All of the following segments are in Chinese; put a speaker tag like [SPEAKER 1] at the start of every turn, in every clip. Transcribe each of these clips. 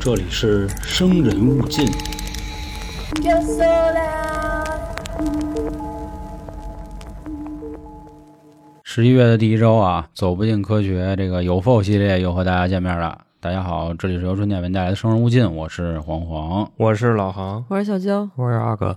[SPEAKER 1] 这里是生人勿近。
[SPEAKER 2] You're so loud.
[SPEAKER 3] 十一月的第一周啊，走不进科学这个有否系列又和大家见面了。大家好，这里是由春点文带来的《生人勿近》，我是黄黄。
[SPEAKER 4] 我是老航，
[SPEAKER 5] 我是小娇，
[SPEAKER 4] 我是阿哥。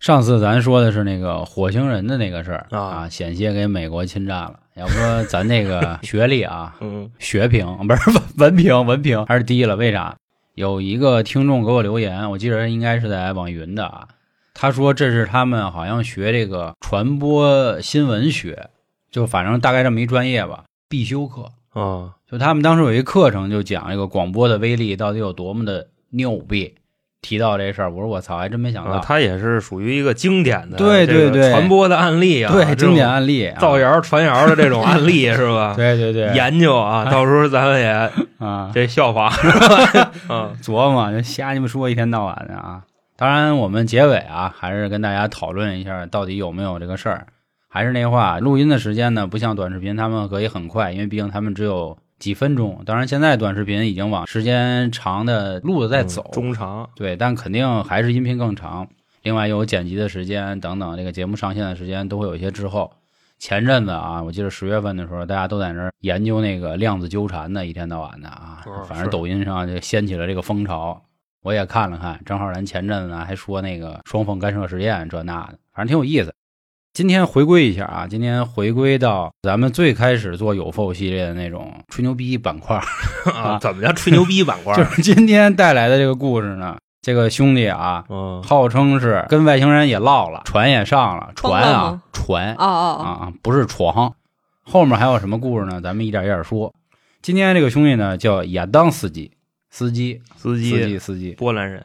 [SPEAKER 3] 上次咱说的是那个火星人的那个事儿
[SPEAKER 4] 啊
[SPEAKER 3] 啊，险些给美国侵占了。要不说咱那个学历啊，
[SPEAKER 4] 嗯
[SPEAKER 3] 学评不是文文凭，文凭还是低了。为啥？有一个听众给我留言，我记得应该是在网易云的啊，他说这是他们好像学这个传播新闻学，就反正大概这么一专业吧，必修课。
[SPEAKER 4] 啊，
[SPEAKER 3] 就他们当时有一课程就讲这个广播的威力到底有多么的牛逼，提到这事儿，我说我操，还真没想到。
[SPEAKER 4] 啊，它也是属于一个经典的
[SPEAKER 3] 对
[SPEAKER 4] 这个
[SPEAKER 3] 对对
[SPEAKER 4] 传播的案例啊，
[SPEAKER 3] 对
[SPEAKER 4] 这种
[SPEAKER 3] 经典案例、啊，
[SPEAKER 4] 造，谣传谣的这种 案例是吧？
[SPEAKER 3] 对对对，
[SPEAKER 4] 研 究啊，到时候咱们也
[SPEAKER 3] 啊，
[SPEAKER 4] 这 效仿，嗯
[SPEAKER 3] 琢磨就瞎你们说一天到晚的啊。当然，我们结尾啊，还是跟大家讨论一下到底有没有这个事儿。还是那话，录音的时间呢，不像短视频，他们可以很快，因为毕竟他们只有几分钟。当然，现在短视频已经往时间长的路子在走，
[SPEAKER 4] 中长，
[SPEAKER 3] 对，但肯定还是音频更长。另外有剪辑的时间等等，这个节目上线的时间都会有一些滞后。前阵子啊，我记得十月份的时候，大家都在那儿研究那个量子纠缠呢，一天到晚的啊
[SPEAKER 4] 哦，
[SPEAKER 3] 反正
[SPEAKER 4] 是
[SPEAKER 3] 抖音上就掀起了这个风潮。我也看了看，正好咱前阵子啊呢还说那个双缝干涉实验这那的，反正挺有意思。今天回归一下啊，今天回归到咱们最开始做有 f 系列的那种吹牛逼板块，
[SPEAKER 4] 啊，怎么叫吹牛逼板块
[SPEAKER 3] 就？是今天带来的这个故事呢，这个兄弟啊，
[SPEAKER 4] 嗯，
[SPEAKER 3] 号称是跟外星人也唠了，船也上了，船
[SPEAKER 5] 疯了
[SPEAKER 3] 啊
[SPEAKER 5] 吗
[SPEAKER 3] 船啊
[SPEAKER 5] 哦哦
[SPEAKER 3] 啊，不是床。后面还有什么故事呢？咱们一点一点说。今天这个兄弟呢叫亚当斯基，司机
[SPEAKER 4] 司
[SPEAKER 3] 司
[SPEAKER 4] 机
[SPEAKER 3] 机司机，
[SPEAKER 4] 波兰人，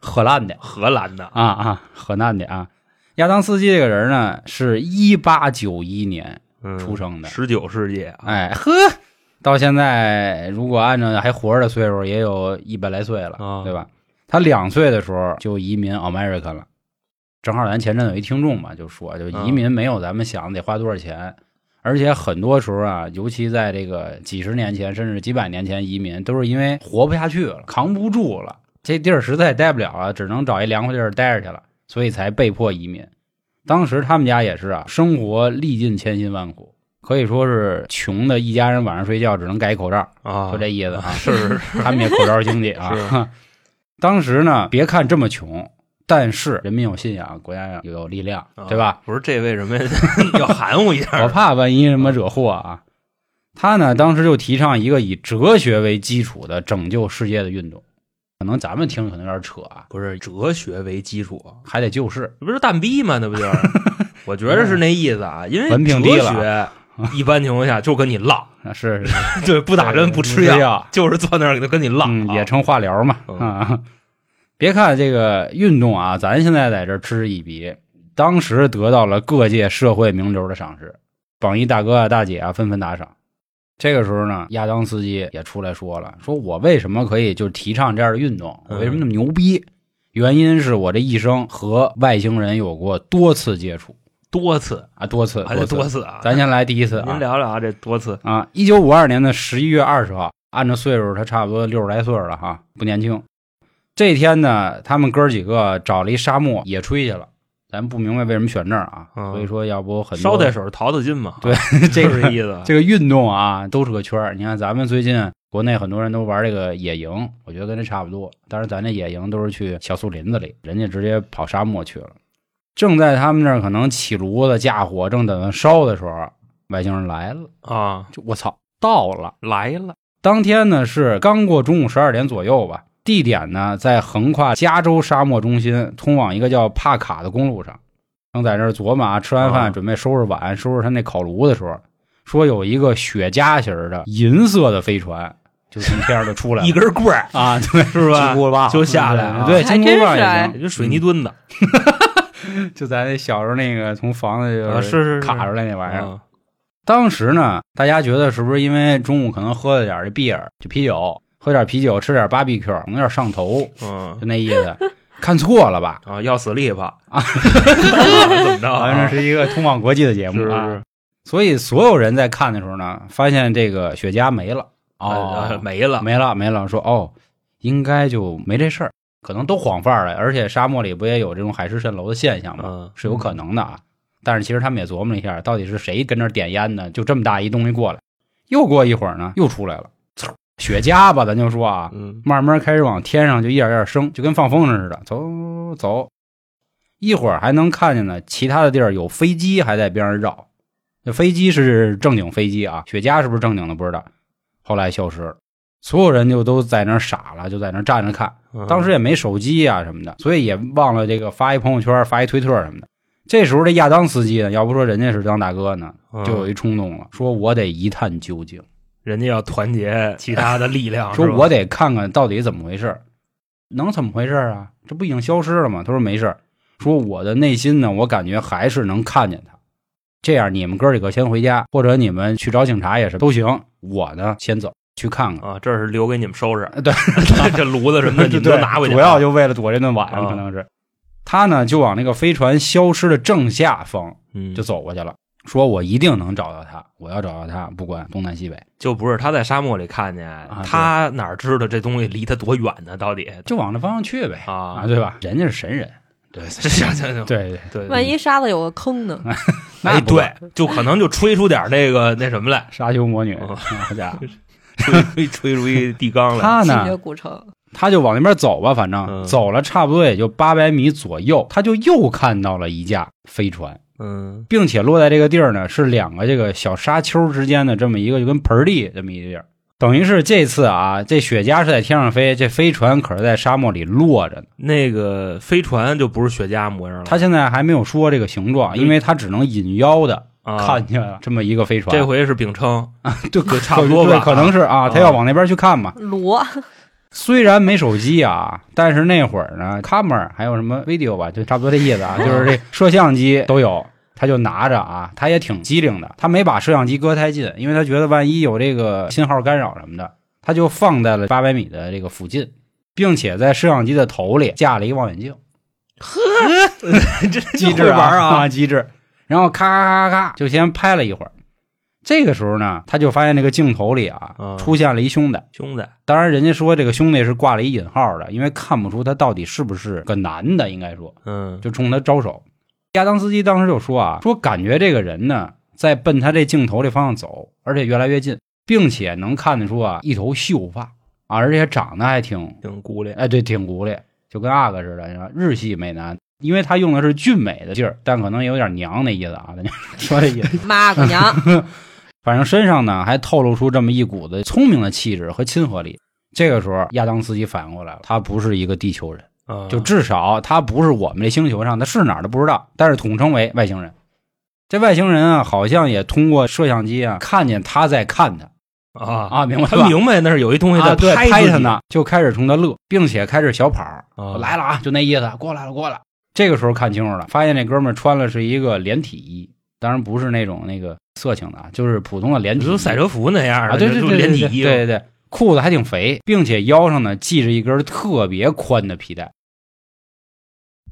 [SPEAKER 3] 荷兰的
[SPEAKER 4] 荷兰的，
[SPEAKER 3] 啊啊，荷兰的啊。亚当斯基这个人呢，是一八九一年
[SPEAKER 4] 嗯
[SPEAKER 3] 出生的，
[SPEAKER 4] 十九世纪啊，
[SPEAKER 3] 哎呵，到现在如果按照还活着的岁数，也有一百来岁了，
[SPEAKER 4] 啊
[SPEAKER 3] 对吧？他两岁的时候就移民 America 了，正好咱前阵有一听众嘛，就说就移民没有咱们想的得花多少钱，而且很多时候啊，尤其在这个几十年前甚至几百年前移民，都是因为活不下去了，扛不住了，这地儿实在待不了了，只能找一凉快地儿待着去了，所以才被迫移民。当时他们家也是啊，生活历尽千辛万苦，可以说是穷的一家人晚上睡觉只能盖一口罩，
[SPEAKER 4] 啊，
[SPEAKER 3] 就这意思啊。
[SPEAKER 4] 是是 是，
[SPEAKER 3] 他们也口罩经济啊。 当时呢，别看这么穷，但是人民有信仰，国家有力量，对吧？哦
[SPEAKER 4] 啊？不是这为 什么要含糊一下？
[SPEAKER 3] 我怕万一什么惹祸啊。他呢，当时就提倡一个以哲学为基础的拯救世界的运动，可能咱们听着可能有点扯啊，
[SPEAKER 4] 不是哲学为基础，啊
[SPEAKER 3] 还得救世。
[SPEAKER 4] 这不是蛋逼吗？那不就是？我觉得是那意思啊，因为
[SPEAKER 3] 文凭低
[SPEAKER 4] 哲
[SPEAKER 3] 了
[SPEAKER 4] 学一般情况下就跟 你浪，
[SPEAKER 3] 啊是 是，
[SPEAKER 4] 对，不打针不吃
[SPEAKER 3] 药，
[SPEAKER 4] 药，就是坐那儿跟你浪
[SPEAKER 3] 嗯，
[SPEAKER 4] 啊，
[SPEAKER 3] 也称化疗嘛。
[SPEAKER 4] 嗯
[SPEAKER 3] 啊，别看这个运动啊，咱现在在这儿嗤之以鼻，当时得到了各界社会名流的赏识，榜一大哥啊、大姐啊纷纷打赏。这个时候呢，亚当斯基也出来说了，说我为什么可以就提倡这样的运动，我为什么那么牛逼？原因是我这一生和外星人有过多次接触
[SPEAKER 4] 多次，
[SPEAKER 3] 啊，多次，
[SPEAKER 4] 还得
[SPEAKER 3] 多
[SPEAKER 4] 多
[SPEAKER 3] 次。
[SPEAKER 4] 次啊。
[SPEAKER 3] 咱先来第一次
[SPEAKER 4] 您
[SPEAKER 3] 啊
[SPEAKER 4] 聊聊啊，这多次
[SPEAKER 3] 啊！一九五二年的十一月二十号，按照岁数，他差不多六十来岁了哈，不年轻。这天呢，他们哥儿几个找了一沙漠野炊去了，咱不明白为什么选这儿啊，
[SPEAKER 4] 嗯
[SPEAKER 3] 所以说要不很
[SPEAKER 4] 捎
[SPEAKER 3] 多
[SPEAKER 4] 带手淘淘金嘛，啊
[SPEAKER 3] 对这
[SPEAKER 4] 就
[SPEAKER 3] 个
[SPEAKER 4] 是意思。
[SPEAKER 3] 这个运动啊，都是个圈儿。你看咱们最近国内很多人都玩这个野营，我觉得跟这差不多。但是咱这野营都是去小树林子里，人家直接跑沙漠去了。正在他们那儿可能起炉子架火，正等着烧的时候，外星人来了，
[SPEAKER 4] 啊，
[SPEAKER 3] 就我操，到了。
[SPEAKER 4] 来了，
[SPEAKER 3] 当天呢是刚过中午十二点左右吧，地点呢在横跨加州沙漠中心，通往一个叫帕卡的公路上。正在那儿琢磨啊，吃完
[SPEAKER 4] 啊
[SPEAKER 3] 饭准备收拾碗、收拾他那烤炉的时候，说有一个雪茄型儿的银色的飞船就从天上就出来了
[SPEAKER 4] 一根棍儿
[SPEAKER 3] 啊，对，
[SPEAKER 4] 是吧？
[SPEAKER 3] 金箍棒
[SPEAKER 4] 就下来了，
[SPEAKER 3] 对，
[SPEAKER 5] 还
[SPEAKER 3] 金箍
[SPEAKER 5] 真
[SPEAKER 3] 棒
[SPEAKER 5] 是哎
[SPEAKER 3] 也
[SPEAKER 4] 也
[SPEAKER 3] 行，
[SPEAKER 4] 就水泥墩子
[SPEAKER 3] 就咱那小时候那个从房子
[SPEAKER 4] 啊，
[SPEAKER 3] 就是
[SPEAKER 4] 是
[SPEAKER 3] 卡出来那玩意儿。
[SPEAKER 4] 啊
[SPEAKER 3] 当时呢，大家觉得是不是因为中午可能喝了点儿这啤尔，就啤酒，喝点儿啤酒，吃点儿 BBQ，可能有点上头，
[SPEAKER 4] 嗯
[SPEAKER 3] 就那意思。看错了吧？
[SPEAKER 4] 啊，要死力吧啊，怎么 着
[SPEAKER 3] 好像
[SPEAKER 4] 啊？
[SPEAKER 3] 是一个通往国际的节
[SPEAKER 4] 是
[SPEAKER 3] 目
[SPEAKER 4] 是
[SPEAKER 3] 啊。
[SPEAKER 4] 是
[SPEAKER 3] 所以所有人在看的时候呢，发现这个雪茄没了，哦
[SPEAKER 4] 呃没了，
[SPEAKER 3] 没了没了，说哦，应该就没这事儿，可能都晃范儿了。而且沙漠里不也有这种海市蜃楼的现象吗？
[SPEAKER 4] 嗯
[SPEAKER 3] 是有可能的啊。但是其实他们也琢磨了一下，到底是谁跟那儿点烟呢？就这么大一东西过来，又过一会儿呢，又出来了，嗖雪茄吧，咱就说啊，
[SPEAKER 4] 嗯
[SPEAKER 3] 慢慢开始往天上就一点点升，就跟放风筝似的，走走。一会儿还能看见呢，其他的地儿有飞机还在边上绕。那飞机是正经飞机啊，雪茄是不是正经的不知道。后来消失了，所有人就都在那儿傻了，就在那儿站着看。
[SPEAKER 4] 嗯
[SPEAKER 3] 当时也没手机啊什么的，所以也忘了这个发一朋友圈、发一推特什么的。这时候这亚当司机呢，要不说人家是当大哥呢，就有
[SPEAKER 4] 嗯
[SPEAKER 3] 一冲动了，说我得一探究竟。
[SPEAKER 4] 人家要团结其他的力 量，
[SPEAKER 3] 说
[SPEAKER 4] 啊是吧
[SPEAKER 3] 我得看看到底怎么回事儿，能怎么回事儿啊？这不已经消失了吗？他说没事儿，说我的内心呢，我感觉还是能看见他。这样你们哥几个先回家，或者你们去找警察也是都行。我呢先走去看看。
[SPEAKER 4] 啊，这是留给你们 收拾，
[SPEAKER 3] 对，
[SPEAKER 4] 这炉子什么的啊你们都
[SPEAKER 3] 对
[SPEAKER 4] 拿回去，
[SPEAKER 3] 主要就为了躲这顿晚上，
[SPEAKER 4] 啊
[SPEAKER 3] 可能是。他呢就往那个飞船消失的正下方
[SPEAKER 4] 嗯
[SPEAKER 3] 就走过去了，说我一定能找到他，我要找到他，不管东南西北，
[SPEAKER 4] 就不是他在沙漠里看见，
[SPEAKER 3] 啊
[SPEAKER 4] 他哪知道这东西离他多远呢？到底
[SPEAKER 3] 就往那方向去呗，
[SPEAKER 4] 啊
[SPEAKER 3] 啊，对吧？人家是神人，
[SPEAKER 4] 对，这这这这
[SPEAKER 3] 对对，
[SPEAKER 4] 对，
[SPEAKER 5] 万一沙子有个坑呢？
[SPEAKER 3] 那
[SPEAKER 4] 哎
[SPEAKER 3] 不管
[SPEAKER 4] 对，就可能就吹出点那个那什么来，
[SPEAKER 3] 沙丘魔女，
[SPEAKER 4] 哦
[SPEAKER 3] 好 家伙！
[SPEAKER 4] 吹吹 吹出一地缸来，
[SPEAKER 3] 他
[SPEAKER 5] 气绝
[SPEAKER 3] 呢，
[SPEAKER 5] 古城，
[SPEAKER 3] 他就往那边走吧，反正
[SPEAKER 4] 嗯
[SPEAKER 3] 走了差不多也就八百米左右，他就又看到了一架飞船，
[SPEAKER 4] 嗯
[SPEAKER 3] 并且落在这个地儿呢，是两个这个小沙丘之间的这么一个就跟盆地这么一个地儿，等于是这次啊，这雪茄是在天上飞，这飞船可是在沙漠里落着呢。
[SPEAKER 4] 那个飞船就不是雪茄模样了，
[SPEAKER 3] 他现在还没有说这个形状，
[SPEAKER 4] 嗯
[SPEAKER 3] 因为他只能隐约的
[SPEAKER 4] 啊
[SPEAKER 3] 看见了这么一个飞船，
[SPEAKER 4] 这回是秉承
[SPEAKER 3] 就
[SPEAKER 4] 就差不多吧
[SPEAKER 3] 对可能是啊，
[SPEAKER 4] 啊
[SPEAKER 3] 他要往那边去看嘛。
[SPEAKER 5] 罗
[SPEAKER 3] 虽然没手机啊，但是那会儿呢，camera 还有什么 video 吧，就差不多这意思
[SPEAKER 4] 哦
[SPEAKER 3] 啊，就是这摄像机都有。他就拿着啊，他也挺机灵的，他没把摄像机搁太近，因为他觉得万一有这个信号干扰什么的，他就放在了八百米的这个附近，并且在摄像机的头里架了一望远镜，
[SPEAKER 4] 这
[SPEAKER 3] 机智
[SPEAKER 4] 这会玩
[SPEAKER 3] 啊
[SPEAKER 4] 啊，
[SPEAKER 3] 机智。然后咔咔咔咔就先拍了一会儿，这个时候呢，他就发现这个镜头里啊
[SPEAKER 4] 嗯
[SPEAKER 3] 出现了一兄弟，
[SPEAKER 4] 兄弟，
[SPEAKER 3] 当然，人家说这个兄弟是挂了一引号的，因为看不出他到底是不是个男的，应该说
[SPEAKER 4] 嗯，
[SPEAKER 3] 就冲他招手。亚当斯基当时就说啊，说感觉这个人呢在奔他这镜头这方向走，而且越来越近，并且能看得出啊一头秀发啊，而且长得还挺
[SPEAKER 4] 挺孤立，
[SPEAKER 3] 哎对挺古烈，就跟阿哥似的，你知道日系美男。因为他用的是俊美的劲儿，但可能也有点娘那意思啊，咱就说这意思。
[SPEAKER 5] 妈姑娘，
[SPEAKER 3] 反正身上呢还透露出这么一股子聪明的气质和亲和力。这个时候，亚当斯基反应过来了，他不是一个地球人，
[SPEAKER 4] 啊
[SPEAKER 3] 就至少他不是我们这星球上，他是哪儿都不知道，但是统称为外星人。这外星人啊，好像也通过摄像机啊看见他在看他
[SPEAKER 4] 啊，
[SPEAKER 3] 啊，明白
[SPEAKER 4] 他
[SPEAKER 3] 吧？
[SPEAKER 4] 明白那是有一东西
[SPEAKER 3] 啊，
[SPEAKER 4] 在
[SPEAKER 3] 对，拍他
[SPEAKER 4] 他
[SPEAKER 3] 呢，就开始冲他乐，并且开始小跑儿，
[SPEAKER 4] 啊
[SPEAKER 3] 来了啊，就那意思，过来了，过来了。这个时候看清楚了，发现这哥们儿穿了是一个连体衣，当然不是那种那个色情的啊，就是普通的连
[SPEAKER 4] 你
[SPEAKER 3] 体衣
[SPEAKER 4] 说。赛车服那样
[SPEAKER 3] 啊，对对对对
[SPEAKER 4] 连
[SPEAKER 3] 对
[SPEAKER 4] 体
[SPEAKER 3] 对
[SPEAKER 4] 衣，
[SPEAKER 3] 对对，裤子还挺肥，并且腰上呢系着一根特别宽的皮带，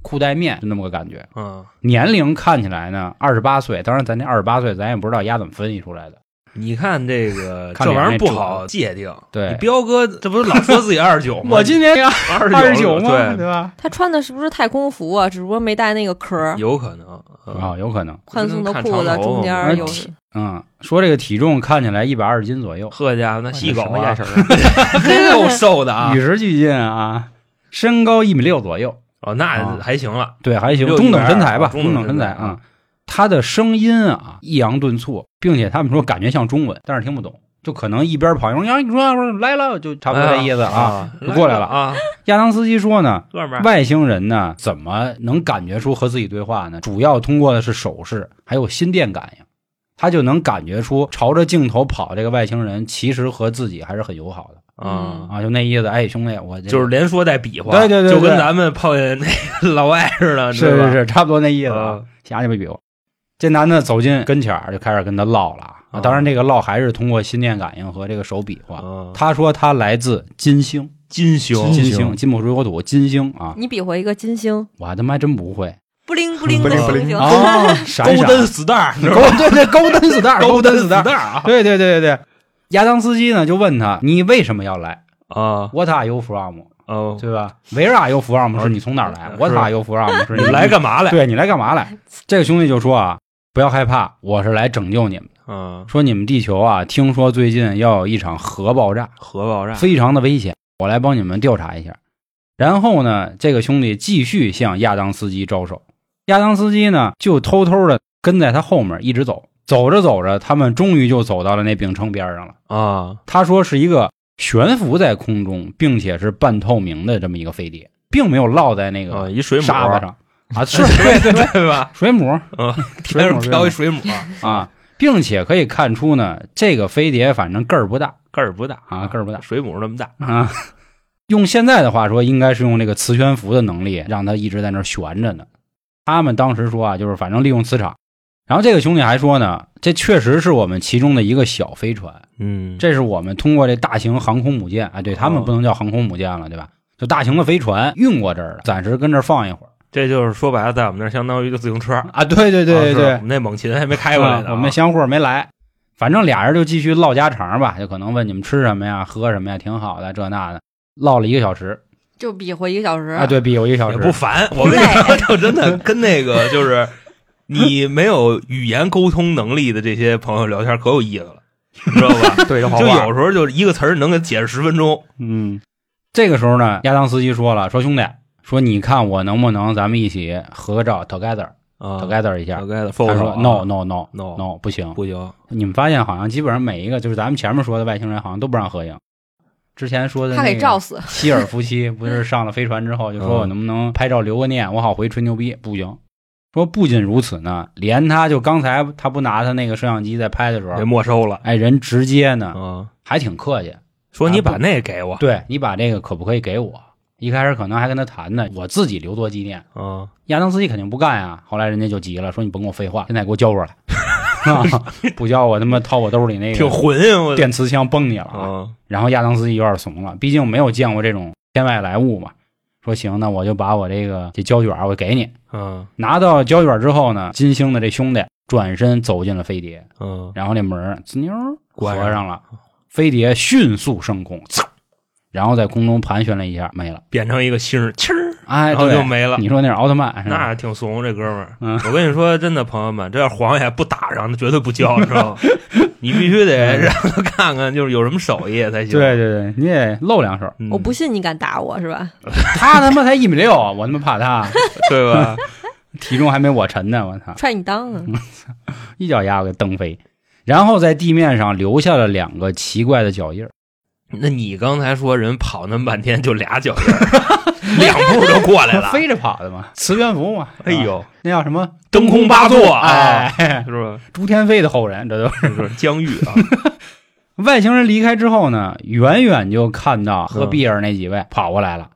[SPEAKER 3] 裤带面就那么个感觉。
[SPEAKER 4] 嗯，
[SPEAKER 3] 年龄看起来呢二十八岁，当然咱这二十八岁咱也不知道丫怎么分析出来的。
[SPEAKER 4] 你看这个
[SPEAKER 3] 看
[SPEAKER 4] 这
[SPEAKER 3] 脸
[SPEAKER 4] 玩
[SPEAKER 3] 那
[SPEAKER 4] 意儿不
[SPEAKER 3] 褶
[SPEAKER 4] 好界定。
[SPEAKER 3] 对
[SPEAKER 4] 你彪哥这不是老说自己二十九吗？
[SPEAKER 3] 年
[SPEAKER 4] 二九
[SPEAKER 3] 嘛，
[SPEAKER 4] 对，
[SPEAKER 3] 吧？
[SPEAKER 5] 他穿的是不是太空服啊？只不过没带那个壳儿，
[SPEAKER 4] 有可能嗯
[SPEAKER 3] 啊，，有可能。
[SPEAKER 5] 宽松的
[SPEAKER 4] 看
[SPEAKER 5] 裤子
[SPEAKER 4] 长头
[SPEAKER 5] 中
[SPEAKER 4] 发哎
[SPEAKER 5] 间
[SPEAKER 3] 嘛
[SPEAKER 5] 有
[SPEAKER 3] 体嗯，说这个体重看起来一百二十斤左 右，
[SPEAKER 4] 贺家那细狗
[SPEAKER 3] 什么眼
[SPEAKER 4] 啊，
[SPEAKER 3] 神
[SPEAKER 4] 真
[SPEAKER 3] 哎
[SPEAKER 4] 够瘦的啊
[SPEAKER 3] 与！时俱进啊，身高一米六左右，啊
[SPEAKER 4] 哦，那还行了，
[SPEAKER 3] 对，还行，
[SPEAKER 4] 六
[SPEAKER 3] 中等身材吧，
[SPEAKER 4] 一米
[SPEAKER 3] 中
[SPEAKER 4] 二
[SPEAKER 3] 等身材
[SPEAKER 4] 中等身材
[SPEAKER 3] 啊。他的声音啊，抑扬顿挫，并且他们说感觉像中文，但是听不懂，就可能一边跑一边说啊你说来了，就差不多这意思啊。
[SPEAKER 4] 啊
[SPEAKER 3] 就过来了
[SPEAKER 4] 啊，
[SPEAKER 3] 亚当斯基说呢，
[SPEAKER 4] 哥 们儿，
[SPEAKER 3] 外星人呢怎么能感觉出和自己对话呢？主要通过的是手势，还有心电感应，他就能感觉出朝着镜头跑这个外星人其实和自己还是很友好的
[SPEAKER 4] 啊，
[SPEAKER 3] 啊，就那意思。哎，兄弟，我这个
[SPEAKER 4] 就是连说带比划，
[SPEAKER 3] 对对对对
[SPEAKER 4] 就跟咱们碰见那个老外似的，
[SPEAKER 3] 是
[SPEAKER 4] 对吧
[SPEAKER 3] 是是，差不多那意思啊。
[SPEAKER 4] 啊
[SPEAKER 3] 瞎鸡巴比划。这男的走近跟前儿就开始跟他唠了啊，
[SPEAKER 4] 啊
[SPEAKER 3] 当然这个唠还是通过心电感应和这个手比划。
[SPEAKER 4] 啊，
[SPEAKER 3] 他说他来自金星，
[SPEAKER 4] 金熊
[SPEAKER 3] 金星，金木水火土，金星啊，
[SPEAKER 5] 你比划一个金星，
[SPEAKER 3] 我还他妈还真不会
[SPEAKER 5] 不灵不灵
[SPEAKER 4] 不
[SPEAKER 5] 的
[SPEAKER 4] 灵不
[SPEAKER 5] 星
[SPEAKER 4] 灵
[SPEAKER 5] 星，
[SPEAKER 3] 啊，闪闪，
[SPEAKER 4] ，Golden Star，
[SPEAKER 3] 勾对对勾灯子弹，
[SPEAKER 4] Golden
[SPEAKER 3] 子弹，
[SPEAKER 4] Star 啊，
[SPEAKER 3] 对对对对对。亚当斯基呢就问他：“你为什么要来
[SPEAKER 4] 啊
[SPEAKER 3] ？What are you from？”
[SPEAKER 4] 哦，
[SPEAKER 3] 对吧？Where are you from？是你从哪儿来
[SPEAKER 4] 是
[SPEAKER 3] ？What are you from？是
[SPEAKER 4] 你来干嘛来？
[SPEAKER 3] 对你来干嘛来？这个兄弟就说啊，不要害怕，我是来拯救你们的。
[SPEAKER 4] 嗯，
[SPEAKER 3] 说你们地球啊，听说最近要有一场核爆炸，
[SPEAKER 4] 核爆炸，
[SPEAKER 3] 非常的危险，我来帮你们调查一下。然后呢，这个兄弟继续向亚当斯基招手，亚当斯基呢就偷偷的跟在他后面一直走，走着走着，他们终于就走到了那饼铛边上了。
[SPEAKER 4] 啊
[SPEAKER 3] 他说是一个悬浮在空中，并且是半透明的这么一个飞碟，并没有落在那
[SPEAKER 4] 啊，
[SPEAKER 3] 个
[SPEAKER 4] 一水母
[SPEAKER 3] 沙发上啊，是对对对，
[SPEAKER 4] 对吧？
[SPEAKER 3] 水母
[SPEAKER 4] 嗯，
[SPEAKER 3] 水
[SPEAKER 4] 天
[SPEAKER 3] 母
[SPEAKER 4] 上飘一水 母，
[SPEAKER 3] 啊，并且可以看出呢，这个飞碟反正个儿不大
[SPEAKER 4] 个儿不大
[SPEAKER 3] 啊个儿不大
[SPEAKER 4] 水母那么大，
[SPEAKER 3] 啊。用现在的话说，应该是用这个磁悬浮的能力，让它一直在那儿悬着呢。他们当时说啊，就是反正利用磁场。然后这个兄弟还说呢，这确实是我们其中的一个小飞船，
[SPEAKER 4] 嗯哦
[SPEAKER 3] 这是我们通过这大型航空母舰啊，对他们不能叫航空母舰了，对吧？就大型的飞船运过这儿了，暂时跟这儿放一会儿
[SPEAKER 4] 这就是说白了，在我们那儿相当于一个自行车，
[SPEAKER 3] 啊。对 对对对
[SPEAKER 4] 啊是我
[SPEAKER 3] 对，
[SPEAKER 4] 们那猛禽还没开过来呢
[SPEAKER 3] 啊
[SPEAKER 4] 啊，
[SPEAKER 3] 我们那香货没来，反正俩人就继续唠家常吧，就可能问你们吃什么呀、喝什么呀，挺好的，这那的，唠了一个小时
[SPEAKER 5] 就比划一个小时
[SPEAKER 3] 啊，，对比有一个小
[SPEAKER 4] 也
[SPEAKER 3] 时，
[SPEAKER 4] 不烦。我跟你说，就真的跟那个就是你没有语言沟通能力的这些朋友聊天可有意思了，你知道吧？
[SPEAKER 3] 对着
[SPEAKER 4] 就有时候就是一个词儿能给解释十分钟。
[SPEAKER 3] 嗯，这个时候呢，亚当斯基说了，说兄弟，说你看我能不能咱们一起合个照 together
[SPEAKER 4] 啊
[SPEAKER 3] together 一下？
[SPEAKER 4] 概的，啊
[SPEAKER 3] 他说 no no no
[SPEAKER 4] no
[SPEAKER 3] no 不行，
[SPEAKER 4] 不行，
[SPEAKER 3] 你们发现好像基本上每一个就是咱们前面说的外星人好像都不让合影。之前说的
[SPEAKER 5] 他给
[SPEAKER 3] 那个
[SPEAKER 5] 照死。
[SPEAKER 3] 希尔夫妻不是上了飞船之后就说我能不能拍照留个念，我好回吹牛逼？不行。说不仅如此呢，连他就刚才他不拿他那个摄像机在拍的时候
[SPEAKER 4] 给，没收了。
[SPEAKER 3] 哎，人直接呢
[SPEAKER 4] 啊，
[SPEAKER 3] 还挺客气，
[SPEAKER 4] 说你
[SPEAKER 3] 啊不
[SPEAKER 4] 把那给我。
[SPEAKER 3] 对你把这个可不可以给我？一开始可能还跟他谈呢，我自己留作纪念。
[SPEAKER 4] 啊，
[SPEAKER 3] 亚当斯基肯定不干呀，后来人家就急了，说你甭跟我废话，现在给我交出来， 啊不交我他妈掏我兜里那
[SPEAKER 4] 挺
[SPEAKER 3] 个
[SPEAKER 4] 混呀，我
[SPEAKER 3] 电磁枪崩你了啊！
[SPEAKER 4] 啊，
[SPEAKER 3] 然后亚当斯基有点怂了，毕竟没有见过这种天外来物嘛。说行，那我就把我这个这胶卷儿我给你。
[SPEAKER 4] 嗯
[SPEAKER 3] 拿到胶卷之后呢，金星的这兄弟转身走进了飞碟，
[SPEAKER 4] 嗯，
[SPEAKER 3] 然后那门儿滋妞儿
[SPEAKER 4] 关上
[SPEAKER 3] 合上了，飞碟迅速升空，嗖然后在空中盘旋了一下，没了。
[SPEAKER 4] 变成一个星儿，气儿，
[SPEAKER 3] 哎，
[SPEAKER 4] 然后
[SPEAKER 3] 对
[SPEAKER 4] 啊就没了。
[SPEAKER 3] 你说那是奥特曼是吧？
[SPEAKER 4] 那挺怂，这哥们儿。
[SPEAKER 3] 嗯
[SPEAKER 4] 我跟你说，真的，朋友们，这要黄爷不打上，他绝对不交，你知道吗？你必须得让他看看，就是有什么手艺才行。
[SPEAKER 3] 嗯对对对，你也露两 手。
[SPEAKER 4] 嗯
[SPEAKER 5] 我不信你敢打我是吧？
[SPEAKER 3] 他他妈才一米六，我他妈怕他，
[SPEAKER 4] 对吧？
[SPEAKER 3] 体重还没我沉呢，我操！
[SPEAKER 5] 踹你裆啊！
[SPEAKER 3] 一脚丫给蹬飞，然后在地面上留下了两个奇怪的脚印儿。
[SPEAKER 4] 那你刚才说人跑那么半天就俩脚印儿，两步就过来了，啊
[SPEAKER 3] 飞着跑的嘛，磁悬浮嘛。
[SPEAKER 4] 哎
[SPEAKER 3] 啊，
[SPEAKER 4] 呦，
[SPEAKER 3] 那叫什么
[SPEAKER 4] 登空八座啊，
[SPEAKER 3] 哎，
[SPEAKER 4] 是吧？
[SPEAKER 3] 朱天飞的后人，这都是。
[SPEAKER 4] 就是疆域啊，
[SPEAKER 3] 外星人离开之后呢，远远就看到和比尔那几位 跑过来了。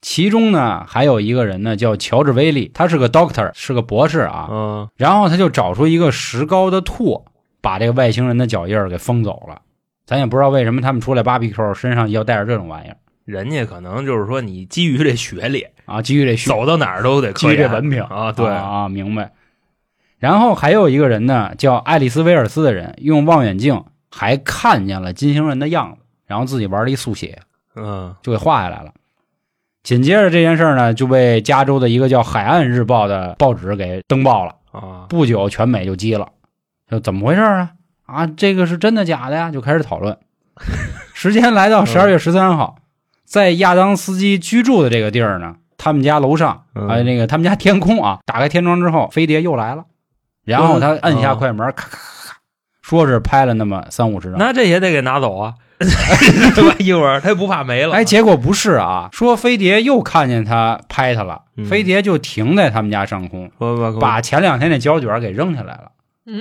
[SPEAKER 3] 其中呢，还有一个人呢，叫乔治·威利，他是个 doctor，是个博士啊。
[SPEAKER 4] 嗯
[SPEAKER 3] 然后他就找出一个石膏的拓，把这个外星人的脚印儿给封走了。咱也不知道为什么他们出来 BBQ 身上要带着这种玩意儿
[SPEAKER 4] 人家可能就是说你基于这学历，
[SPEAKER 3] 啊，基于这虚
[SPEAKER 4] 走到哪儿都得
[SPEAKER 3] 基于
[SPEAKER 4] 科
[SPEAKER 3] 这
[SPEAKER 4] 研
[SPEAKER 3] 文凭
[SPEAKER 4] 啊，对，
[SPEAKER 3] 啊，明白。然后还有一个人呢，叫爱丽丝威尔斯的人，用望远镜还看见了金星人的样子，然后自己玩了一速写，
[SPEAKER 4] 嗯
[SPEAKER 3] 就给画下来了。紧接着这件事儿呢，就被加州的一个叫《海岸日报》的报纸给登报了。
[SPEAKER 4] 啊，
[SPEAKER 3] 不久，全美就激了，就怎么回事儿啊？啊，这个是真的假的呀？就开始讨 论。时间来到十二月十三号，在亚当斯基居住的这个地儿呢，他们家楼上啊、
[SPEAKER 4] 嗯
[SPEAKER 3] 那个他们家天空啊，打开天窗之后，飞碟又来了，然后他摁下快门，咔咔咔咔，说是拍了那么三五十张。
[SPEAKER 4] 那这也得给拿走 啊，对吧？一会儿他也不怕没了，
[SPEAKER 3] 哎，结果不是啊，说飞碟又看见他拍他了，
[SPEAKER 4] 嗯
[SPEAKER 3] 飞碟就停在他们家上空，
[SPEAKER 4] 说吧，
[SPEAKER 3] 把前两天那胶卷给扔下来了。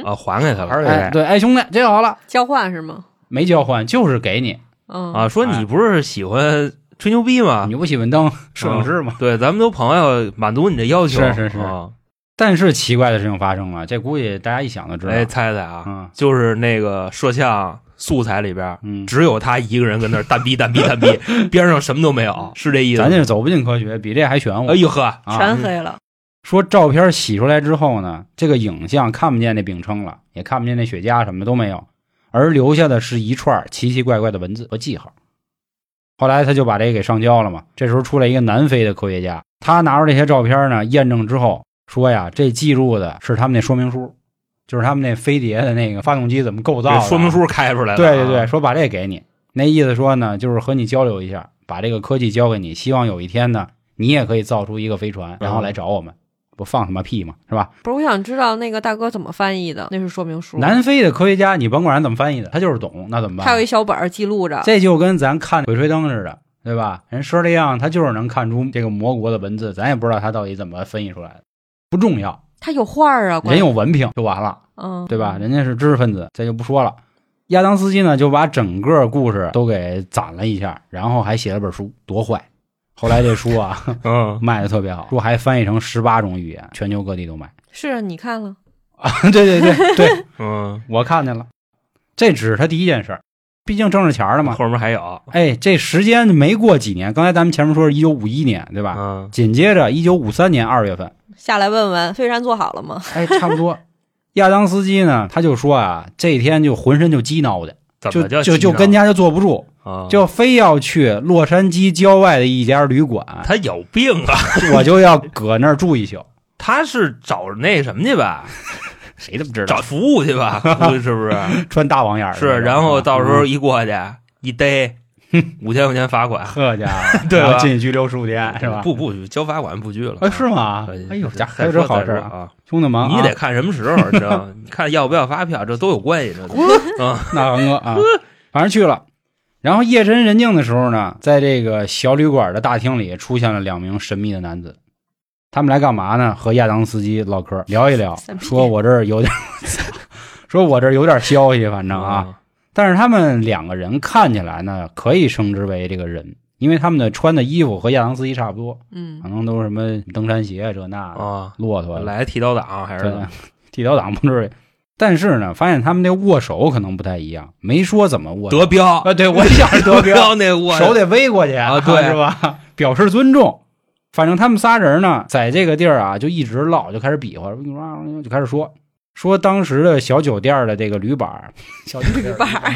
[SPEAKER 4] 啊还给他了，
[SPEAKER 3] 哎，对，哎，兄弟，这好了，
[SPEAKER 5] 交换是吗？
[SPEAKER 3] 没交换，就是给你。
[SPEAKER 5] 嗯
[SPEAKER 4] 啊，说你不是喜欢吹牛逼吗嗯
[SPEAKER 3] 你？不喜欢当
[SPEAKER 4] 啊
[SPEAKER 3] 摄影师吗？
[SPEAKER 4] 对，咱们都朋友，满足你这要求，
[SPEAKER 3] 是是是
[SPEAKER 4] 啊
[SPEAKER 3] 但是奇怪的事情发生了，这估计大家一想就知道。
[SPEAKER 4] 哎，猜猜啊，
[SPEAKER 3] 嗯
[SPEAKER 4] 就是那个摄像素材里边，
[SPEAKER 3] 嗯，
[SPEAKER 4] 只有他一个人跟那儿单逼单逼单 逼，边上什么都没有，是这意思
[SPEAKER 3] 咱
[SPEAKER 4] 吗？
[SPEAKER 3] 这是走不进科学，比这还玄乎
[SPEAKER 4] 哎。呦呵，
[SPEAKER 3] 啊
[SPEAKER 5] 全黑了，
[SPEAKER 3] 说照片洗出来之后呢，这个影像看不见那饼铛了，也看不见那雪茄什么都没有，而留下的是一串奇奇怪怪的文字和记号。后来他就把这个给上交了嘛。这时候出来一个南非的科学家，他拿出这些照片呢，验证之后说呀，这记录的是他们那说明书，就是他们那飞碟的那个发动机怎么构造的
[SPEAKER 4] 这
[SPEAKER 3] 啊。
[SPEAKER 4] 说明书开出来了。
[SPEAKER 3] 对对
[SPEAKER 5] 啊
[SPEAKER 3] 对，，说把这给你，那意思说呢，就是和你交流一下，把这个科技交给你，希望有一天呢，你也可以造出一个飞
[SPEAKER 5] 嗯
[SPEAKER 3] 船，然后来找我们，不放他妈屁嘛，是吧？
[SPEAKER 5] 不是，我想知道那个大哥怎么翻译的，那是说明书。
[SPEAKER 3] 南非的科学家，你甭管人怎么翻译的，他就是懂，那怎么
[SPEAKER 5] 嗯他有
[SPEAKER 3] 办
[SPEAKER 5] 一？小本儿记录着，
[SPEAKER 3] 这就跟咱看鬼吹灯似的，对吧？人施利样，他就是能看出这个魔国的文字，咱也不知道他到底怎么分析出来的，不重要，
[SPEAKER 5] 他有画儿啊，关
[SPEAKER 3] 人
[SPEAKER 5] 键
[SPEAKER 3] 有文凭就完了。
[SPEAKER 4] 哦
[SPEAKER 5] 嗯，
[SPEAKER 3] 对吧？人家是知识分子，这就不说了。亚当斯基呢，就把整个故事都给攒了一下，然后还写了本书，多坏！后来这书啊
[SPEAKER 4] 嗯，
[SPEAKER 3] 卖的特别好，书还翻译成十八种语言，全球各地都卖。
[SPEAKER 5] 是啊你看了，
[SPEAKER 3] 对对对对，
[SPEAKER 4] 嗯，
[SPEAKER 3] 我看见了。这只是他第一件事儿，毕竟挣着钱儿了嘛。
[SPEAKER 4] 后面还有，
[SPEAKER 3] 哎，这时间没过几年，刚才咱们前面说是一九五一年，对吧？
[SPEAKER 4] 嗯，
[SPEAKER 3] 紧接着一九五三年二月份，
[SPEAKER 5] 下来问问飞船做好了吗？
[SPEAKER 3] 哎，差不多。亚当斯基呢，他就说啊，这一天就浑身就激挠的，
[SPEAKER 4] 怎
[SPEAKER 3] 就
[SPEAKER 4] 么叫嗯
[SPEAKER 3] 就就跟
[SPEAKER 4] 家
[SPEAKER 3] 家就坐不住，
[SPEAKER 4] 啊
[SPEAKER 3] 就非要去洛杉矶郊外的一家旅 馆，
[SPEAKER 4] 他有病啊，
[SPEAKER 3] 我就要搁那儿住一宿。
[SPEAKER 4] 他是找那什么去吧，
[SPEAKER 3] 谁都不知
[SPEAKER 4] 找，服务 去吧，是不是？
[SPEAKER 3] 穿大网眼儿的那
[SPEAKER 4] 是，
[SPEAKER 3] 种
[SPEAKER 4] 然后到时候
[SPEAKER 3] 嗯
[SPEAKER 4] 一过去一 逮，五千块钱罚款，
[SPEAKER 3] 呵家伙，
[SPEAKER 4] 对吧
[SPEAKER 3] 然后进去拘留十五 天哎是吧？
[SPEAKER 4] 不不，交罚款不拘了。
[SPEAKER 3] 哎，是吗
[SPEAKER 4] 可以？
[SPEAKER 3] 哎呦，家伙还
[SPEAKER 4] 再
[SPEAKER 3] 有
[SPEAKER 4] 说
[SPEAKER 3] 这好事
[SPEAKER 4] 再
[SPEAKER 3] 儿
[SPEAKER 4] 说
[SPEAKER 3] 啊，
[SPEAKER 4] 啊！
[SPEAKER 3] 兄弟们啊，
[SPEAKER 4] 你得看什么时候，你知道吗？你 看要不要发票，这都有关系。这都
[SPEAKER 3] 那王哥 啊，反正去了。然后夜深人静的时候呢，在这个小旅馆的大厅里出现了两名神秘的男子，他们来干嘛呢？和亚当斯基唠嗑，聊一聊
[SPEAKER 5] 三，P
[SPEAKER 3] 说我这儿有点， 说我这儿有点消息，反正啊，，但是他们两个人看起来呢，可以称之为这个人，因为他们的穿的衣服和亚当斯基差不多，
[SPEAKER 5] 嗯
[SPEAKER 3] 可，能都是什么登山鞋啊这那的，
[SPEAKER 4] 啊，
[SPEAKER 3] 骆驼的
[SPEAKER 4] 来剃刀党还是
[SPEAKER 3] 对，剃刀党不至于。但是 呢，发现他们这握手可能不太一样，没说怎么握手
[SPEAKER 4] 德彪？
[SPEAKER 3] 啊，对我也想是德彪，
[SPEAKER 4] 那我
[SPEAKER 3] 手得微过去
[SPEAKER 4] 啊对
[SPEAKER 3] 是吧？表示尊重。反正他们仨人呢，在这个地儿啊，就一直唠，就开始比划，就开始说说当时的小酒店的这个旅板， 小旅
[SPEAKER 5] 板儿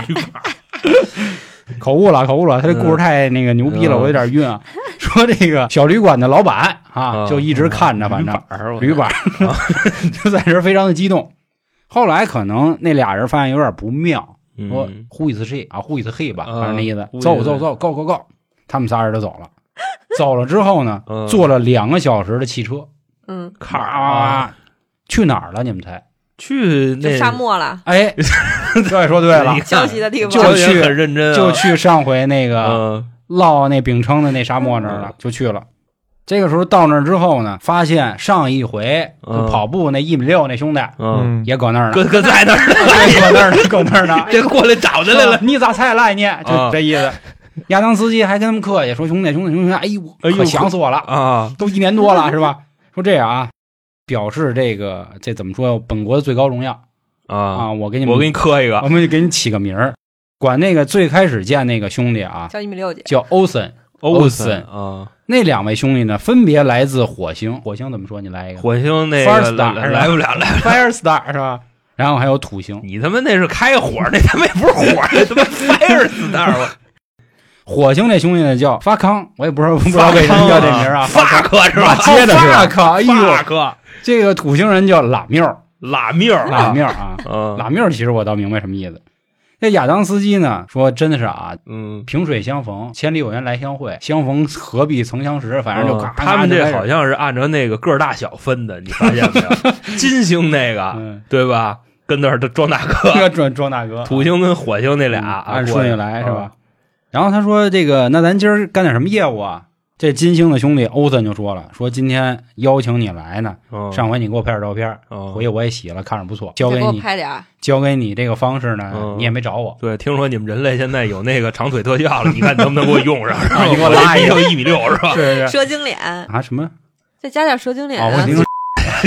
[SPEAKER 3] 口误了，口误了，他这故事太那个牛逼了，
[SPEAKER 4] 嗯
[SPEAKER 3] 我有点晕啊。说这个小旅馆的老板啊，
[SPEAKER 4] 嗯
[SPEAKER 3] 就一直看着，反正
[SPEAKER 4] 哎
[SPEAKER 3] 驴板儿 就在这儿非常的激动。后来可能那俩人发现有点不妙，说
[SPEAKER 4] 嗯，
[SPEAKER 3] 呼一次 she 啊，呼一次 he 吧，
[SPEAKER 4] 嗯
[SPEAKER 3] 反正那意思
[SPEAKER 4] 呼，一次
[SPEAKER 3] 走走走，go go go，他们仨人就走了。走了之后呢，
[SPEAKER 4] 嗯
[SPEAKER 3] 坐了啊两个小时的汽车，
[SPEAKER 5] 嗯，
[SPEAKER 3] 咔，去哪儿了？你们猜？
[SPEAKER 4] 啊去
[SPEAKER 5] 就
[SPEAKER 4] 那
[SPEAKER 5] 沙漠 了，
[SPEAKER 3] 哎，这说对了
[SPEAKER 4] 你，
[SPEAKER 5] 休息的地方，
[SPEAKER 3] 就
[SPEAKER 4] 教学
[SPEAKER 3] 去
[SPEAKER 4] 很认真啊，
[SPEAKER 3] 就去上回那个
[SPEAKER 4] 嗯
[SPEAKER 3] 落那秉承的那沙漠那儿了，就去了。这个时候到那儿之后呢，发现上一回
[SPEAKER 4] 嗯
[SPEAKER 3] 跑步那一米六那兄弟
[SPEAKER 1] 啊
[SPEAKER 4] 嗯，
[SPEAKER 3] 也搁那儿呢，
[SPEAKER 4] 哥哥在那 儿，
[SPEAKER 3] 也搁那儿呢，搁那儿呢。
[SPEAKER 4] 这过来找他来了。
[SPEAKER 3] 你咋才来呢？
[SPEAKER 4] 啊
[SPEAKER 3] 就这意思。亚当斯基还跟他们客气说：“兄弟，兄弟，兄弟，哎呦，
[SPEAKER 4] 哎呦
[SPEAKER 3] 可想死我了，
[SPEAKER 4] 啊，
[SPEAKER 3] 都一年多了，是吧？”说这样啊，表示这个这怎么说，本国的最高荣耀
[SPEAKER 4] 啊！
[SPEAKER 3] 啊！我给你们，
[SPEAKER 4] 我给你磕一个
[SPEAKER 3] 我们就给你起个名儿，管那个最开始见那个兄弟啊，
[SPEAKER 5] 叫一米六几，
[SPEAKER 3] 叫欧森，
[SPEAKER 4] 欧
[SPEAKER 3] 森
[SPEAKER 4] 啊，
[SPEAKER 3] 那两位兄弟呢，分别来自火星，火星怎么说？你来一个
[SPEAKER 4] 火星那
[SPEAKER 3] First
[SPEAKER 4] 个来
[SPEAKER 3] Star 是吧
[SPEAKER 4] 来不了来不了，
[SPEAKER 3] ，Fire Star 是吧？然后还有土星，
[SPEAKER 4] 你他妈那是开火，那他妈也不是火，那他妈 fire star 我
[SPEAKER 3] 火星这兄弟呢叫发康，我也不知道不知道为什么叫这名儿啊，
[SPEAKER 4] 发克是吧？
[SPEAKER 3] 接着是
[SPEAKER 4] 发
[SPEAKER 3] 发
[SPEAKER 4] 克，
[SPEAKER 3] 康，哎
[SPEAKER 4] 发
[SPEAKER 3] 呦，
[SPEAKER 4] 克，
[SPEAKER 3] 这个土星人叫拉缪，
[SPEAKER 4] 拉面儿
[SPEAKER 3] 拉，缪啊，
[SPEAKER 4] 嗯
[SPEAKER 3] 拉缪，其实我倒明白什么意思。这亚当斯基呢说，真的是啊，
[SPEAKER 4] 嗯，
[SPEAKER 3] 萍水相逢，千里有缘来相会，相逢何必曾相识，反正就
[SPEAKER 4] 嗯
[SPEAKER 3] 嘎嘎
[SPEAKER 4] 他们
[SPEAKER 3] 就开
[SPEAKER 4] 这
[SPEAKER 3] 始
[SPEAKER 4] 好，像是按照那个个儿大小分的，你发现 没有？金星那个
[SPEAKER 3] 嗯，
[SPEAKER 4] 对吧？跟那儿装大
[SPEAKER 3] 这
[SPEAKER 4] 哥，
[SPEAKER 3] 个庄庄大哥，
[SPEAKER 4] 啊土星跟火星那俩
[SPEAKER 3] 嗯
[SPEAKER 4] 啊
[SPEAKER 3] 按
[SPEAKER 4] 过
[SPEAKER 3] 顺
[SPEAKER 4] 去
[SPEAKER 3] 序来是吧？？然后他说：“这个，那咱今儿干点什么业务啊？”这金星的兄弟欧森就说了：“说今天邀请你来呢，
[SPEAKER 4] 嗯
[SPEAKER 3] 上回你给我拍点照片，
[SPEAKER 4] 嗯
[SPEAKER 3] 回去我也洗了，看着不错，交
[SPEAKER 5] 再
[SPEAKER 3] 给
[SPEAKER 5] 给我
[SPEAKER 3] 你，
[SPEAKER 5] 拍 点儿，
[SPEAKER 3] 交给你这个方式呢，
[SPEAKER 4] 嗯
[SPEAKER 3] 你也没找我。
[SPEAKER 4] 对，听说你们人类现在有那个长腿特效了，你看能不能给 我用上？然后
[SPEAKER 3] 你给我拉一个
[SPEAKER 4] 我这一米六是吧？
[SPEAKER 3] 是
[SPEAKER 5] 蛇精脸，
[SPEAKER 3] 啊，什么？
[SPEAKER 5] 再加点蛇 精脸
[SPEAKER 3] 啊，我
[SPEAKER 5] 啊，
[SPEAKER 3] 听 我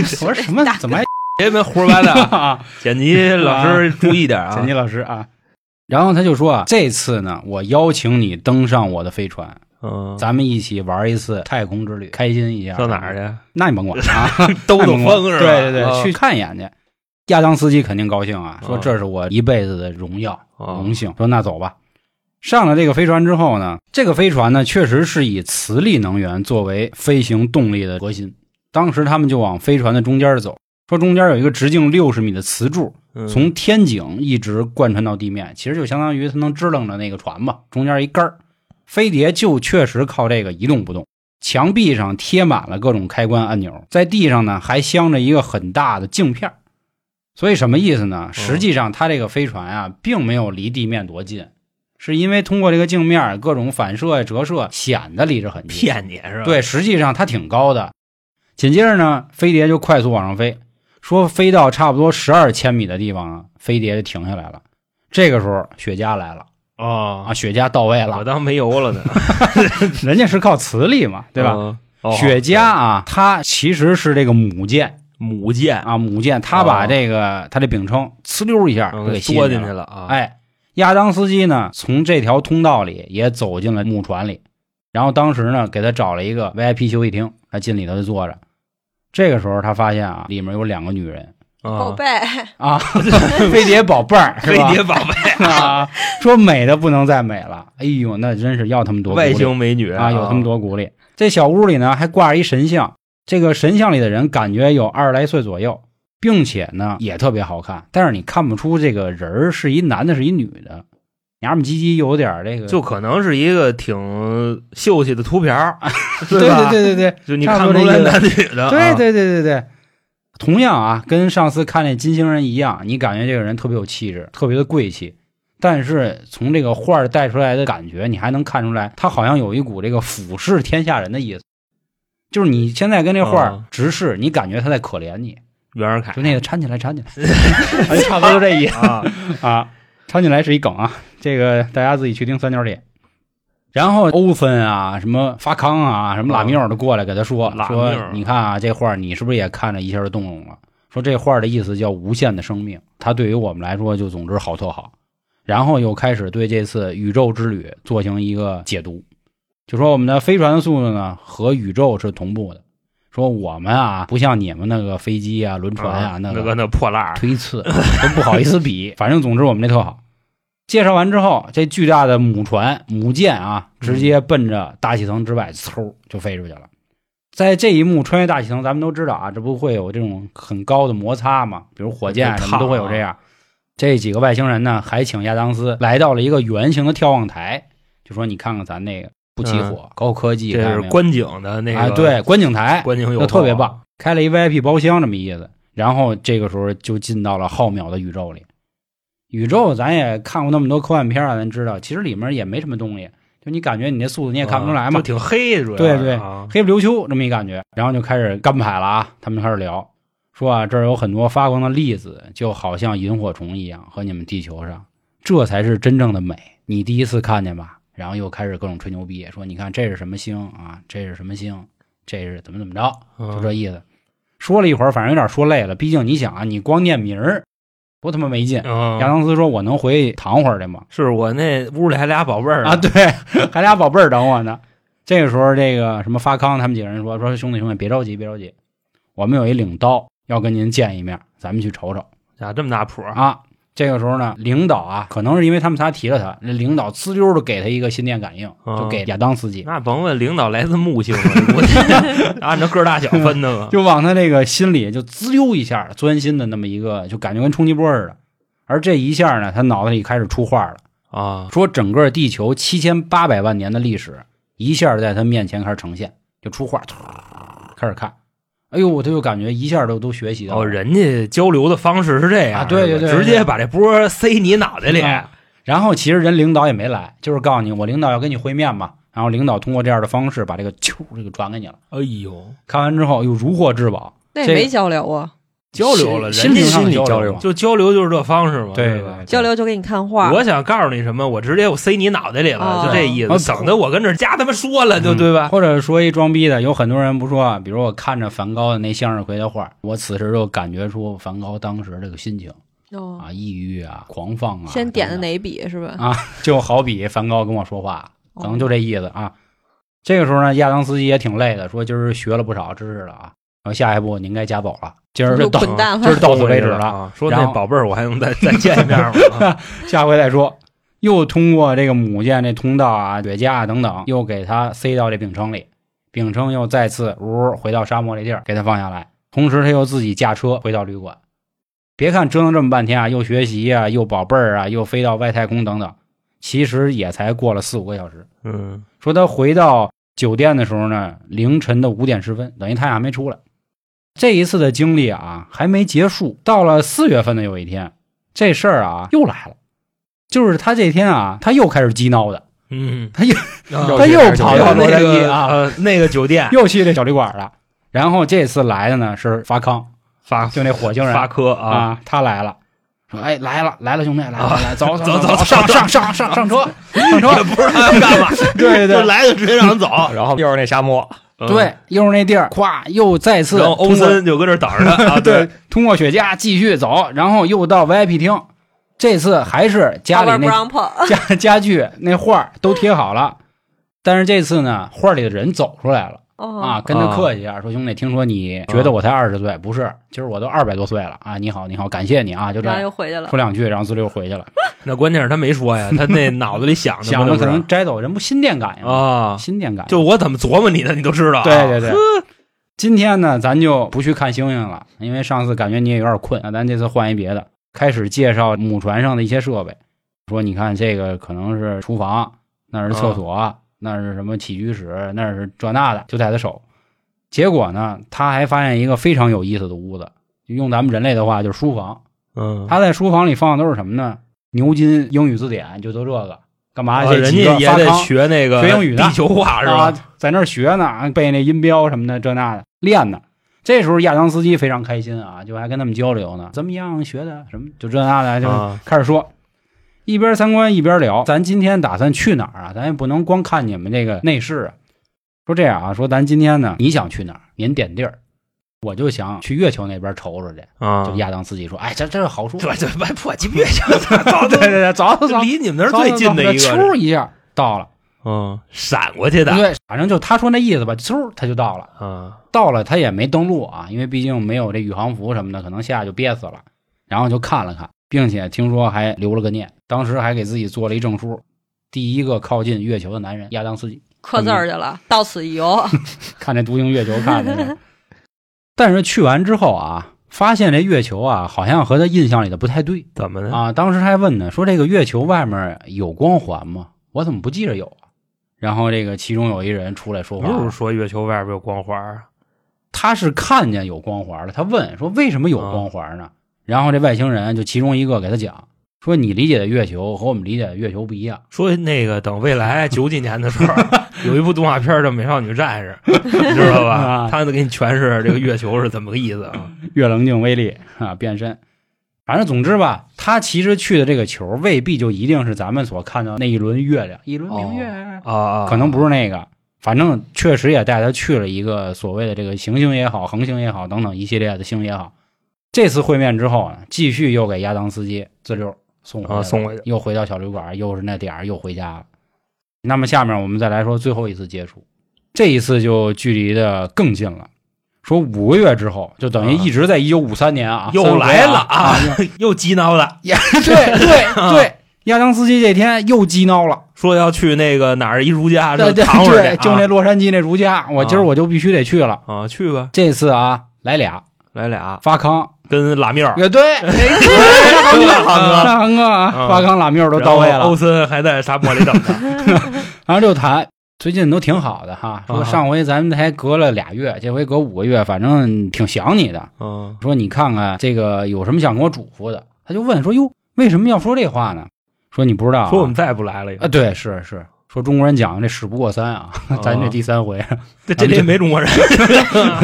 [SPEAKER 3] 说什么？怎么还
[SPEAKER 4] 别别胡说八道，
[SPEAKER 3] 啊？
[SPEAKER 4] 剪辑老师 注意点啊！
[SPEAKER 3] 陈杰老师啊。”然后他就说啊，这次呢，我邀请你登上我的飞船，
[SPEAKER 4] 嗯，
[SPEAKER 3] 咱们一起玩一次太空之旅，开心一下。
[SPEAKER 4] 上哪儿？去？
[SPEAKER 3] 那你甭管啊，
[SPEAKER 4] 兜
[SPEAKER 3] 太
[SPEAKER 4] 兜
[SPEAKER 3] 猛了
[SPEAKER 4] 风是吧？
[SPEAKER 3] 对对对，
[SPEAKER 4] 啊
[SPEAKER 3] 去看一眼去。亚当斯基肯定高兴啊，说
[SPEAKER 4] 啊
[SPEAKER 3] 这是我一辈子的荣耀、
[SPEAKER 4] 啊
[SPEAKER 3] 荣幸。说那走吧。上了这个飞船之后呢，这个飞船呢确实是以磁力能源作为飞行动力的核心。当时他们就往飞船的中间走，说中间有一个直径六十米的磁柱，
[SPEAKER 4] 嗯
[SPEAKER 3] 从天井一直贯穿到地面，其实就相当于它能支棱着那个船吧，中间一杆儿。飞碟就确实靠这个一动不动，墙壁上贴满了各种开关按钮，在地上呢还镶着一个很大的镜片儿。所以什么意思呢？实际上它这个飞船啊，并没有离地面多近，是因为通过这个镜面儿各种反射呀、折射，显得离着很近。
[SPEAKER 4] 骗你是吧？
[SPEAKER 3] 对，实际上它挺高的。紧接着呢，飞碟就快速往上飞，说飞到差不多十二千米的地方啊，飞碟就停下来了。这个时候，雪茄来了
[SPEAKER 4] 啊
[SPEAKER 3] 啊，，雪茄到位
[SPEAKER 4] 我
[SPEAKER 3] 了，
[SPEAKER 4] 当没油了呢，
[SPEAKER 3] 人家是靠磁力嘛， 对吧？
[SPEAKER 4] 嗯？哦
[SPEAKER 3] 雪茄啊，它其实是这个母舰
[SPEAKER 4] 母舰
[SPEAKER 3] 啊，母舰，它把这个、它这柄撑呲溜一下
[SPEAKER 4] 哦嗯
[SPEAKER 3] 就给吸
[SPEAKER 4] 缩
[SPEAKER 3] 进
[SPEAKER 4] 进
[SPEAKER 3] 去
[SPEAKER 4] 去。了啊！，
[SPEAKER 3] 哎，亚当斯基呢，从这条通道里也走进了木船里，然后当时呢，给他找了一个 VIP 休息厅，他进里头就坐着。这个时候，他发现啊，里面有两个女人
[SPEAKER 5] 宝
[SPEAKER 4] 啊，
[SPEAKER 5] 贝，
[SPEAKER 3] 啊， 飞碟宝贝儿，是
[SPEAKER 4] 飞
[SPEAKER 3] 吧
[SPEAKER 4] 碟宝贝，
[SPEAKER 3] 啊，说美的不能再美了。哎呦，那真是要他们多鼓励
[SPEAKER 4] 外星美女
[SPEAKER 3] 啊，有他们多鼓励。这小屋里呢，还挂着一神像，这个神像里的人感觉有二十来岁左右，并且呢也特别好看，但是你看不出这个人儿是一男的，是一女的，娘们唧唧有点儿这个，
[SPEAKER 4] 啊就可能是一个挺秀气的秃瓢儿，
[SPEAKER 3] 对
[SPEAKER 4] 吧
[SPEAKER 3] 对对对对
[SPEAKER 4] 就你
[SPEAKER 3] 差
[SPEAKER 4] 看
[SPEAKER 3] 不
[SPEAKER 4] 不
[SPEAKER 3] 多
[SPEAKER 4] 出来
[SPEAKER 3] 这个
[SPEAKER 4] 男女的，
[SPEAKER 3] 对
[SPEAKER 4] 啊，
[SPEAKER 3] 对对对对。同样啊，跟上次看那金星人一样，你感觉这个人特别有气质，特别的贵气。但是从这个画儿带出来的感觉，你还能看出来，他好像有一股这个俯视天下人的意思。就是你现在跟这画儿
[SPEAKER 4] 哦
[SPEAKER 3] 直视，你感觉他在可怜你，
[SPEAKER 4] 袁世凯
[SPEAKER 3] 就那个搀起来， 搀起来，哎差不多就这意思。
[SPEAKER 4] 啊，
[SPEAKER 3] 啊，掺进来是一梗啊，这个大家自己去听三角铁。然后欧森啊，什么发康啊，什么拉米尔的过来给他说、
[SPEAKER 4] 拉米
[SPEAKER 3] 说
[SPEAKER 4] 尔，
[SPEAKER 3] 你看啊，这画你是不是也看着一下就动容了？说这画的意思叫无限的生命，它对于我们来说就总之好特好。然后又开始对这次宇宙之旅做行一个解读，就说我们的飞船的速度呢和宇宙是同步的，说我们啊不像你们那个飞机啊、轮船啊、
[SPEAKER 4] 啊
[SPEAKER 3] 那
[SPEAKER 4] 那个那破烂儿
[SPEAKER 3] 推测，都不好意思 比。反正总之我们这特好。介绍完之后，这巨大的母船母舰啊，直
[SPEAKER 4] 嗯
[SPEAKER 3] 接奔着大气层之外嗖就飞出去了。在这一幕穿越大气层，咱们都知道啊，这不会有这种很高的摩擦嘛？比如火箭啊
[SPEAKER 4] 很
[SPEAKER 3] 什
[SPEAKER 4] 烫
[SPEAKER 3] 么都会有这样。这几个外星人呢，还请亚当斯来到了一个圆形的眺望台，就说你看看咱那个不起火、高科技，
[SPEAKER 4] 嗯这
[SPEAKER 3] 看见
[SPEAKER 4] 是
[SPEAKER 3] 没有
[SPEAKER 4] 观景的那个，
[SPEAKER 3] 啊，对，观景台，
[SPEAKER 4] 观景有啊
[SPEAKER 3] 就特别
[SPEAKER 4] 后
[SPEAKER 3] 棒，开了一 VIP 包厢这么意思。然后这个时候就进到了浩渺的宇宙里。宇宙咱也看过那么多科幻片啊，咱知道其实里面也没什么东西，就你感觉你那速度你
[SPEAKER 4] 啊，
[SPEAKER 3] 也看不出来嘛
[SPEAKER 4] 就，挺黑，主要
[SPEAKER 3] 对
[SPEAKER 4] 是
[SPEAKER 3] 对
[SPEAKER 4] 啊
[SPEAKER 3] 黑不溜秋这么一感觉。然后就开始干排了啊，他们就开始聊，说啊这儿有很多发光的粒子，就好像萤火虫一样，和你们地球上，这才是真正的美。你第一次看见吧？然后又开始各种吹牛逼，说你看这是什么星啊，这是什么星，这是怎么怎么着。就这
[SPEAKER 4] 嗯
[SPEAKER 3] 意思。说了一会儿，反正有点说累了，毕竟你想啊，你光念名儿多他妈没劲。亚
[SPEAKER 4] 嗯，
[SPEAKER 3] 当斯说：“我能回去躺会儿去吗
[SPEAKER 4] 是我那屋里还俩宝贝？”儿呢
[SPEAKER 3] 啊，，对， 还俩宝贝儿等我呢。这个时候，这个什么发康他们几个人说：“说兄弟兄弟，别着急，别着急，我们有一领刀要跟您见一面，咱们去瞅瞅
[SPEAKER 4] 咋这么大谱啊？
[SPEAKER 3] 啊。”这个时候呢，领导啊，可能是因为他们仨提了他，那领导呲溜的给他一个心电感应，
[SPEAKER 4] 嗯
[SPEAKER 3] 就给亚当斯基，
[SPEAKER 4] 那甭问，领导来自木星，我 按照个儿大小分的嘛。
[SPEAKER 3] 就往他这个心里就滋溜一下钻心的那么一个，就感觉跟冲击波似的。而这一下呢，他脑子里开始出画了，
[SPEAKER 4] 啊，
[SPEAKER 3] 说整个地球七千八百万年的历史，一下在他面前开始呈现，就出画，唰开始看。哎呦，他就感觉一下都都学习到了
[SPEAKER 4] 哦，人家交流的方式是这样，
[SPEAKER 3] 啊对对
[SPEAKER 4] 是吧
[SPEAKER 3] 对对
[SPEAKER 4] 直接把这波塞你脑袋里，
[SPEAKER 3] 哎然后其实人领导也没来，就是告诉你我领导要跟你会面嘛。然后领导通过这样的方式把这个啾这个传给你了，
[SPEAKER 4] 哎呦，
[SPEAKER 3] 看完之后又如获至宝，
[SPEAKER 5] 那
[SPEAKER 3] 这
[SPEAKER 5] 也没交流啊，
[SPEAKER 4] 交流了，
[SPEAKER 3] 心
[SPEAKER 4] 人
[SPEAKER 3] 灵
[SPEAKER 4] 家
[SPEAKER 3] 上的
[SPEAKER 4] 心
[SPEAKER 3] 交
[SPEAKER 4] 里交
[SPEAKER 3] 流
[SPEAKER 4] 流
[SPEAKER 3] 嘛
[SPEAKER 4] 就交流就是这方式嘛，
[SPEAKER 3] 对对
[SPEAKER 4] 吧
[SPEAKER 3] 对？
[SPEAKER 5] 交流就给你看画，
[SPEAKER 4] 我想告诉你什么，我直接我塞你脑袋里了，
[SPEAKER 5] 哦
[SPEAKER 4] 就这意
[SPEAKER 3] 啊嗯
[SPEAKER 4] 思，省得我跟这儿加他妈说了， 就对吧？
[SPEAKER 3] 或者说一装逼的，有很多人不说啊，比如我看着梵高的那向日葵的画，我此时就感觉出梵高当时这个心情
[SPEAKER 5] 哦
[SPEAKER 3] 啊，抑郁啊，狂放啊。
[SPEAKER 5] 先点的
[SPEAKER 3] 等等
[SPEAKER 5] 哪一笔是吧？
[SPEAKER 3] 啊？就好比梵高跟我说话，
[SPEAKER 5] 哦
[SPEAKER 3] 可能就这意思啊。这个时候呢，亚当斯基也挺累的，说今儿学了不少知识了啊，后下一步您该家宝了，今儿
[SPEAKER 5] 就
[SPEAKER 3] 到
[SPEAKER 5] 滚蛋
[SPEAKER 3] 今儿
[SPEAKER 5] 了，
[SPEAKER 3] 到此为止
[SPEAKER 4] 了
[SPEAKER 3] 了，
[SPEAKER 4] 啊。说
[SPEAKER 3] 然
[SPEAKER 4] 那
[SPEAKER 3] 后
[SPEAKER 4] 宝贝儿，我还能再再见一面吗？ 啊
[SPEAKER 3] 下回再说。又通过这个母舰这通道啊、血架啊等等，又给他塞到这丙称里，丙称又再次呜回到沙漠这地儿给他放下来，同时他又自己驾车回到旅馆。别看折腾这么半天啊，又学习啊，又宝贝儿啊，又飞到外太空等等，其实也才过了四五个小时。
[SPEAKER 4] 嗯
[SPEAKER 3] 说他回到酒店的时候呢，凌晨的五点十分，等于太阳还没出来。这一次的经历啊，还没结束。到了四月份的有一天，这事儿啊又来了，就是他这天啊，他又开始激闹的，
[SPEAKER 4] 嗯，
[SPEAKER 3] 他又
[SPEAKER 4] 啊
[SPEAKER 3] 他又跑到洛
[SPEAKER 4] 那
[SPEAKER 3] 杉矶
[SPEAKER 4] 个
[SPEAKER 3] 啊
[SPEAKER 4] 呃那个酒店
[SPEAKER 3] 又去这小旅馆了。然后这次来的呢是发康，
[SPEAKER 4] 发
[SPEAKER 3] 就那火星人
[SPEAKER 4] 发科啊，
[SPEAKER 3] 啊，他来了，说哎来了来了兄弟来了来了 走
[SPEAKER 4] 走
[SPEAKER 3] 走
[SPEAKER 4] 走
[SPEAKER 3] 上上上上上车上车，
[SPEAKER 4] 也不知道要干嘛，
[SPEAKER 3] 对对
[SPEAKER 4] 就
[SPEAKER 3] 对
[SPEAKER 4] 来就直接让 人走。
[SPEAKER 6] 然后又是那沙漠，
[SPEAKER 4] 嗯，
[SPEAKER 3] 对，又是那地儿，咵又再次
[SPEAKER 4] 然后
[SPEAKER 3] 通
[SPEAKER 4] 欧
[SPEAKER 3] 过
[SPEAKER 4] 森就搁这儿等着他 啊，
[SPEAKER 3] 对，，通过雪茄继续走，然后又到 VIP 厅，这次还是家
[SPEAKER 5] 宝贝儿
[SPEAKER 3] 里
[SPEAKER 5] 不
[SPEAKER 3] 那
[SPEAKER 5] 让碰，
[SPEAKER 3] 家家具那画儿都贴好了，但是这次呢，画里的人走出来了啊，
[SPEAKER 5] 哦，
[SPEAKER 3] 跟他客气一下，说兄弟，听说你觉得我才二十岁，不是，今儿我都二百多岁了啊，你好，你好，感谢你啊，就这
[SPEAKER 5] 然后
[SPEAKER 3] 样
[SPEAKER 5] 又回去了
[SPEAKER 3] 说，两句，然后滋溜回去了，
[SPEAKER 4] 那关键是他没说呀，他那脑子里想
[SPEAKER 3] 想
[SPEAKER 4] 着
[SPEAKER 3] 着可能摘走人不心电感应吗，
[SPEAKER 4] 啊，
[SPEAKER 3] 心电感应。
[SPEAKER 4] 就我怎么琢磨你的，你都知道啊。
[SPEAKER 3] 对对对。今天呢，咱就不去看星星了，因为上次感觉你也有点困，那咱这次换一别的，开始介绍母船上的一些设备。说你看这个可能是厨房，那是厕所，
[SPEAKER 4] 啊
[SPEAKER 3] 那是什么起居室，那是这那的，就在他手。结果呢，他还发现一个非常有意思的屋子，就用咱们人类的话就是书房。
[SPEAKER 4] 嗯，
[SPEAKER 3] 他在书房里放的都是什么呢？牛津英语字典，就都这个。干嘛
[SPEAKER 4] 啊
[SPEAKER 3] 这
[SPEAKER 4] 人
[SPEAKER 3] 几个
[SPEAKER 4] 家也
[SPEAKER 3] 发
[SPEAKER 4] 得
[SPEAKER 3] 康
[SPEAKER 4] 学那个
[SPEAKER 3] 学英语呢
[SPEAKER 4] 地球话是吧
[SPEAKER 3] 啊？，在那儿学呢，背那音标什么的，这那的练呢。这时候亚当斯基非常开心啊，就还跟他们交流呢，怎么样学的什么，就这那 的，就
[SPEAKER 4] 啊
[SPEAKER 3] 开始说，一边参观一边聊。咱今天打算去哪儿啊？咱也不能光看你们这个内饰啊。说这样啊，说咱今天呢，你想去哪儿？您点地儿，我就想去月球那边瞅瞅去。
[SPEAKER 4] 啊，
[SPEAKER 3] 就亚当斯基说，哎，这这是好处，
[SPEAKER 4] 这这外破鸡月球，操，
[SPEAKER 3] 对对对，走走
[SPEAKER 4] 这
[SPEAKER 3] 走，
[SPEAKER 4] 离你们那儿最近的一
[SPEAKER 3] 走走
[SPEAKER 4] 个
[SPEAKER 3] 走，嗖，一下到了。
[SPEAKER 4] 嗯，闪过去的
[SPEAKER 3] 对，反正就他说那意思吧，嗖他就到了。
[SPEAKER 4] 啊，
[SPEAKER 3] 到了他也没登陆啊，因为毕竟没有这宇航服什么的，可能下就憋死了。然后就看了看，并且听说还留了个念，当时还给自己做了一证书，第一个靠近月球的男人亚当斯基。
[SPEAKER 5] 刻字儿去了，到此一游，
[SPEAKER 3] 看这独行月球看的。 但是去完之后啊，发现这月球啊，好像和他印象里的不太对
[SPEAKER 4] 怎么呢？
[SPEAKER 3] 啊。当时还问呢，说这个月球外面有光环吗？我怎么不记着有啊？然后这个其中有一人出来说话
[SPEAKER 4] 不
[SPEAKER 3] 了
[SPEAKER 4] 是，说月球外边有光环啊
[SPEAKER 3] 他是看见有光环了，他问说为什么有光环呢？然后这外星人就其中一个给他讲说，你理解的月球和我们理解的月球不一样。
[SPEAKER 4] 说那个等未来 九几年的时候，有一部动画片叫《美少女战士》， 你知道吧
[SPEAKER 3] 啊？
[SPEAKER 4] 他得给你诠释这个月球是怎么个意思 啊？
[SPEAKER 3] 月棱镜威力啊，变身。反正总之吧，他其实去的这个球未必就一定是咱们所看到那一轮月亮，一轮明月，
[SPEAKER 4] 啊啊，
[SPEAKER 3] 可能不是那个。反正确实也带他去了一个所谓的这个行星也好、恒星也好等等一系列的星也好。这次会面之后啊，继续又给亚当斯基自溜送回来了
[SPEAKER 4] 啊，送回去
[SPEAKER 3] 又回到小旅馆，又是那点儿，又回家了。那么下面我们再来说最后一次接触，这一次就距离的更近了，说五个月之后，就等于一直在一九五三年啊，
[SPEAKER 4] 啊又
[SPEAKER 3] 三回
[SPEAKER 4] 来了
[SPEAKER 3] 啊，
[SPEAKER 4] 啊， 又激闹了，
[SPEAKER 3] 呀， 对 对对，亚当斯基这天又激闹了，
[SPEAKER 4] 说要去那个哪儿一如家，
[SPEAKER 3] 对
[SPEAKER 4] 说
[SPEAKER 3] 对
[SPEAKER 4] 躺会儿去
[SPEAKER 3] 对，
[SPEAKER 4] 啊
[SPEAKER 3] 就那洛杉矶那如家，我今儿我就必须得去了。
[SPEAKER 4] 啊，去吧，
[SPEAKER 3] 这次啊，来俩
[SPEAKER 4] 来俩
[SPEAKER 3] 发康，哎
[SPEAKER 4] 跟拉缪儿，
[SPEAKER 3] 也 对，
[SPEAKER 4] 对吧航哥
[SPEAKER 3] 那航哥啊，
[SPEAKER 4] 嗯
[SPEAKER 3] 发康拉缪都到位
[SPEAKER 4] 然后欧
[SPEAKER 3] 了，
[SPEAKER 4] 森还在沙漠里等 着，
[SPEAKER 3] 然后就谈。最近都挺好的哈，
[SPEAKER 4] 啊
[SPEAKER 3] 说上回咱们才隔了俩月，这回隔五个月，反正挺想你的。
[SPEAKER 4] 嗯
[SPEAKER 3] 说你看看这个有什么想跟我嘱咐的？他就问说哟，为什么要说这话呢？说你不知道、啊，
[SPEAKER 4] 说我们再也不来了以后，
[SPEAKER 3] 啊，对，是是，说中国人讲这事不过三啊，
[SPEAKER 4] 哦
[SPEAKER 3] 咱这第三 回，
[SPEAKER 4] 啊这这里没中国人，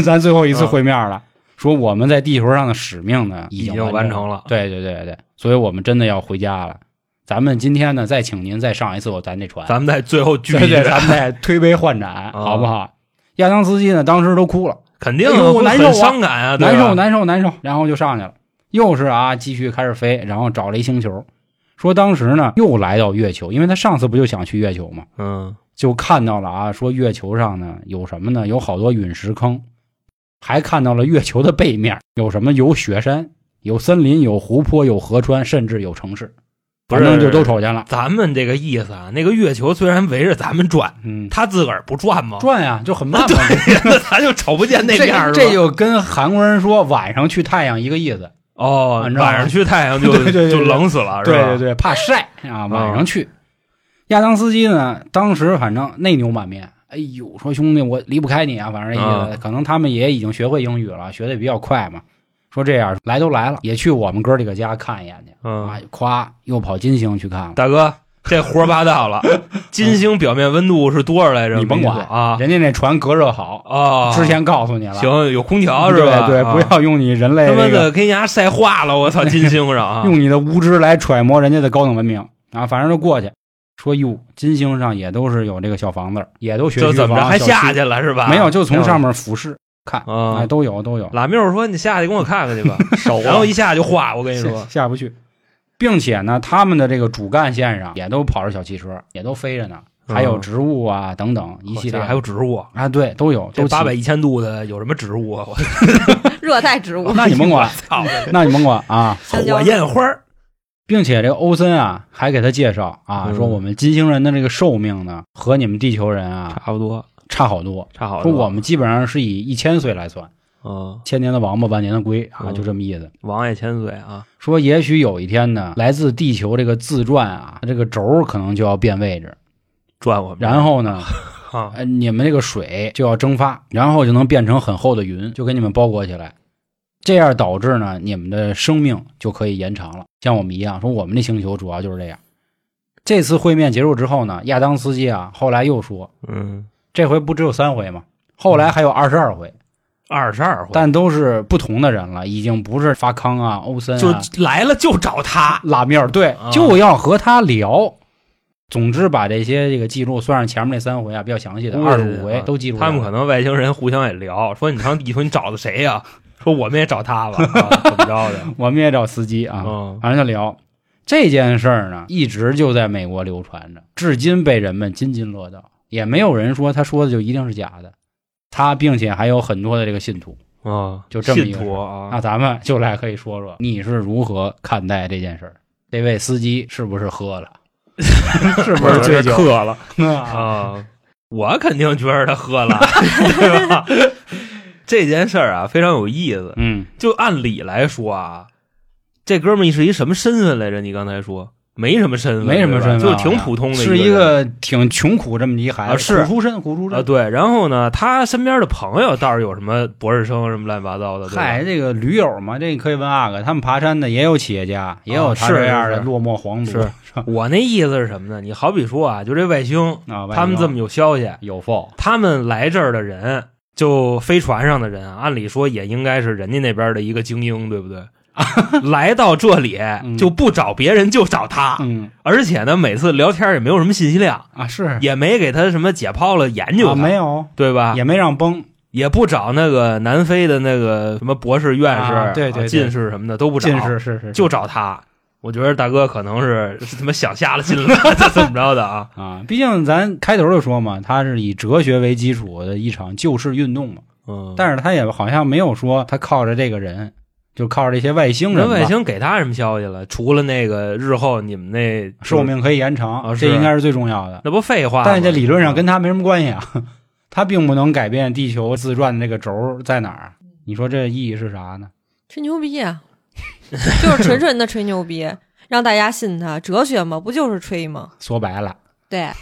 [SPEAKER 3] 咱最后一次会面了。说我们在地球上的使命呢，已
[SPEAKER 4] 嗯已经
[SPEAKER 3] 经
[SPEAKER 4] 完
[SPEAKER 3] 成
[SPEAKER 4] 成了
[SPEAKER 3] 对对对对，所以我们真的要回家了。咱们今天呢，再请您再上一次我咱这船，
[SPEAKER 4] 咱们在最后聚
[SPEAKER 3] 对
[SPEAKER 4] 一
[SPEAKER 3] 对，
[SPEAKER 4] 聚，
[SPEAKER 3] 咱们再推杯换盏，
[SPEAKER 4] 啊
[SPEAKER 3] 好不好？亚当斯基呢，当时都哭了，
[SPEAKER 4] 肯定
[SPEAKER 3] 哎呦我难受啊
[SPEAKER 4] 很伤感啊，对吧
[SPEAKER 3] 难受，难受难受，然后就上去了，又是啊，继续开始飞，然后找了一星球。说当时呢，又来到月球，因为他上次不就想去月球吗？
[SPEAKER 4] 嗯
[SPEAKER 3] 就看到了啊，说月球上呢有什么呢？有好多陨石坑，还看到了月球的背面，有什么？有雪山，有森林，有湖泊，有河川，甚至有城市，
[SPEAKER 4] 不
[SPEAKER 3] 反
[SPEAKER 4] 是
[SPEAKER 3] 正就都瞅见了。
[SPEAKER 4] 咱们这个意思啊，那个月球虽然围着咱们转，
[SPEAKER 3] 嗯，
[SPEAKER 4] 它自个儿不转吗？
[SPEAKER 3] 转呀，就很慢嘛。
[SPEAKER 4] 那 咱就瞅不见那面儿
[SPEAKER 3] 这
[SPEAKER 4] 是
[SPEAKER 3] 这
[SPEAKER 4] 吧
[SPEAKER 3] 就跟韩国人说晚上去太阳一个意思。
[SPEAKER 4] 哦，
[SPEAKER 3] 你知道吗
[SPEAKER 4] 晚上去太阳就
[SPEAKER 3] 对对对对
[SPEAKER 4] 就冷死了，是
[SPEAKER 3] 对
[SPEAKER 4] 吧？
[SPEAKER 3] 对
[SPEAKER 4] 嗯
[SPEAKER 3] 对，怕晒啊，晚上去。亚当斯基呢，当时反正内牛满面，哎呦，说兄弟，我离不开你啊，反正也、
[SPEAKER 4] 啊
[SPEAKER 3] 可能他们也已经学会英语了，学的也比较快嘛。说这样来都来了，也去我们哥几个家看一眼去。啊
[SPEAKER 4] 嗯，，
[SPEAKER 3] 夸又跑金星去看了，
[SPEAKER 4] 大哥，这胡说 八道了。金星表面温度是多少来着？
[SPEAKER 3] 你甭管
[SPEAKER 4] 没说啊
[SPEAKER 3] 人家那船隔热好，
[SPEAKER 4] 啊！
[SPEAKER 3] 之前告诉你了，
[SPEAKER 4] 行有空调是吧？
[SPEAKER 3] 对对，
[SPEAKER 4] 啊
[SPEAKER 3] 不要用你人类、
[SPEAKER 4] 他
[SPEAKER 3] 这
[SPEAKER 4] 妈
[SPEAKER 3] 个
[SPEAKER 4] 的给人家晒化了，我操！金星上啊，
[SPEAKER 3] 用你的无知来揣摩人家的高等文明啊，反正就过去说哟，金星上也都是有这个小房子，也都学
[SPEAKER 4] 就怎么着还下
[SPEAKER 3] 去？
[SPEAKER 4] 去了是吧？
[SPEAKER 3] 没有，就从上面俯视看，
[SPEAKER 4] 啊
[SPEAKER 3] 哎，都有都有，
[SPEAKER 4] 拉缪说：“你下去给我看看去吧。
[SPEAKER 3] 手”啊
[SPEAKER 4] 然后一下就化，我跟你
[SPEAKER 3] 下
[SPEAKER 4] 说，
[SPEAKER 3] 下不去，并且呢，他们的这个主干线上也都跑着小汽车，也都飞着呢，还有
[SPEAKER 4] 嗯哦
[SPEAKER 3] 植物啊等等一系列
[SPEAKER 4] 还有植物啊，
[SPEAKER 3] 啊，对，都有
[SPEAKER 4] 这
[SPEAKER 3] 都
[SPEAKER 4] 八百
[SPEAKER 3] 起。
[SPEAKER 4] 一千度的有什么植物啊？我
[SPEAKER 5] 热带植物，
[SPEAKER 3] 哦那你甭 管，
[SPEAKER 4] 操！
[SPEAKER 3] 那你甭管啊，
[SPEAKER 5] 香蕉
[SPEAKER 4] 火焰花儿
[SPEAKER 3] 并且这个欧森啊还给他介绍啊，
[SPEAKER 4] 嗯
[SPEAKER 3] 说我们金星人的这个寿命呢和你们地球人啊
[SPEAKER 4] 差不多，
[SPEAKER 3] 差好多，
[SPEAKER 4] 差好
[SPEAKER 3] 说
[SPEAKER 4] 多。
[SPEAKER 3] 我们基本上是以一千岁来算，
[SPEAKER 4] 嗯，
[SPEAKER 3] 千年的王八，万年的龟啊，
[SPEAKER 4] 嗯
[SPEAKER 3] 就这么意思。
[SPEAKER 4] 王爷千岁啊，
[SPEAKER 3] 说也许有一天呢，来自地球这个自转啊，这个轴可能就要变位置，
[SPEAKER 4] 转我们这儿。
[SPEAKER 3] 然后 呢，
[SPEAKER 4] 啊，
[SPEAKER 3] 呃，你们这个水就要蒸发，然后就能变成很厚的云，就给你们包裹起来。这样导致呢，你们的生命就可以延长了，像我们一样。说我们这星球主要就是这样。这次会面结束之后呢，亚当斯基啊，后来又说，
[SPEAKER 4] 嗯，
[SPEAKER 3] 这回不只有三回吗？后来还有二十二回，
[SPEAKER 4] 二十二回，
[SPEAKER 3] 但都是不同的人了，已经不是发康啊、欧森啊、
[SPEAKER 4] 就来了就找他。
[SPEAKER 3] 拉面儿，对
[SPEAKER 4] 啊，
[SPEAKER 3] 就要和他聊。总之，把这些这个记录算上前面那三回啊，比较详细的
[SPEAKER 4] 对
[SPEAKER 3] 二十五回都记录下
[SPEAKER 4] 他
[SPEAKER 3] 来。
[SPEAKER 4] 们可能外星人互相也聊，说你上地球你找的谁呀、说我们也找他 吧，啊、怎么着的？
[SPEAKER 3] 我们也找司机啊，
[SPEAKER 4] 嗯，
[SPEAKER 3] 反正就聊这件事儿呢，一直就在美国流传着，至今被人们津津乐道，也没有人说他说的就一定是假的。他并且还有很多的这个信徒。
[SPEAKER 4] 啊，
[SPEAKER 3] 就这么一
[SPEAKER 4] 信
[SPEAKER 3] 个
[SPEAKER 4] 徒啊
[SPEAKER 3] 那，咱们就来可以说说你是如何看待这件事儿？这位司机是不是喝了？ 是不是醉酒
[SPEAKER 4] 渴了
[SPEAKER 3] 啊？
[SPEAKER 4] 啊？我肯定觉得他喝 了，对吧？这件事儿啊非常有意思。
[SPEAKER 3] 嗯，
[SPEAKER 4] 就按理来说啊，这哥们儿是一什么身份来着？你刚才说没什么身份，
[SPEAKER 3] 没什么
[SPEAKER 4] 对吧
[SPEAKER 3] 身份，啊
[SPEAKER 4] 就是挺普通的，
[SPEAKER 3] 是
[SPEAKER 4] 一
[SPEAKER 3] 一
[SPEAKER 4] 人
[SPEAKER 3] 个挺穷苦这么一孩
[SPEAKER 4] 啊
[SPEAKER 3] 子，
[SPEAKER 4] 是
[SPEAKER 3] 苦出身，苦出
[SPEAKER 4] 啊，
[SPEAKER 3] 身。
[SPEAKER 4] 对。然后呢，他身边的朋友倒是有什么博士生什么乱七八糟的，对吧
[SPEAKER 3] 嗨，这个驴友嘛，这你可以问阿哥，他们爬山的也有企业家，也有他
[SPEAKER 4] 啊是
[SPEAKER 3] 这样的
[SPEAKER 4] 是
[SPEAKER 3] 落寞皇族，
[SPEAKER 4] 是我那意思是什么呢？你好比说啊，就这外星，
[SPEAKER 3] 啊，
[SPEAKER 4] 他们这么有消息，
[SPEAKER 3] 有否？
[SPEAKER 4] 他们来这儿的人，就飞船上的人啊，按理说也应该是人家那边的一个精英，对 不对？来到这里
[SPEAKER 3] 嗯
[SPEAKER 4] 就不找别人，就找他，
[SPEAKER 3] 嗯
[SPEAKER 4] 而且呢，每次聊天也没有什么信息量，
[SPEAKER 3] 啊，是
[SPEAKER 4] 也没给他什么解剖了研究
[SPEAKER 3] 啊，
[SPEAKER 4] 他
[SPEAKER 3] 没有，
[SPEAKER 4] 对吧？
[SPEAKER 3] 也没让崩，
[SPEAKER 4] 也不找那个南非的那个什么博士、院士、
[SPEAKER 3] 啊对对对
[SPEAKER 4] 进士什么的都不找，
[SPEAKER 3] 近视是是
[SPEAKER 4] 就找他。我觉得大哥可能是是他妈想瞎了心了， 这怎么着的啊？
[SPEAKER 3] 啊，毕竟咱开头就说嘛，他是以哲学为基础的一场救世运动嘛，
[SPEAKER 4] 嗯，
[SPEAKER 3] 但是他也好像没有说他靠着这个人，就靠着这些外星人
[SPEAKER 4] 人
[SPEAKER 3] 吧，
[SPEAKER 4] 外星给他什么消息了？除了那个日后你们那
[SPEAKER 3] 寿，命可以延长，
[SPEAKER 4] 啊是
[SPEAKER 3] 这应该是最重要的。
[SPEAKER 4] 那不废话吗？
[SPEAKER 3] 但是这理论上跟他没什么关系啊， 他并不能改变地球自转的这个轴在哪儿。你说这意义是啥呢？
[SPEAKER 5] 吹牛逼啊， 就是纯纯的吹牛逼，让大家信他。哲学嘛，不就是吹吗？
[SPEAKER 3] 说白了，
[SPEAKER 5] 对，
[SPEAKER 4] 哎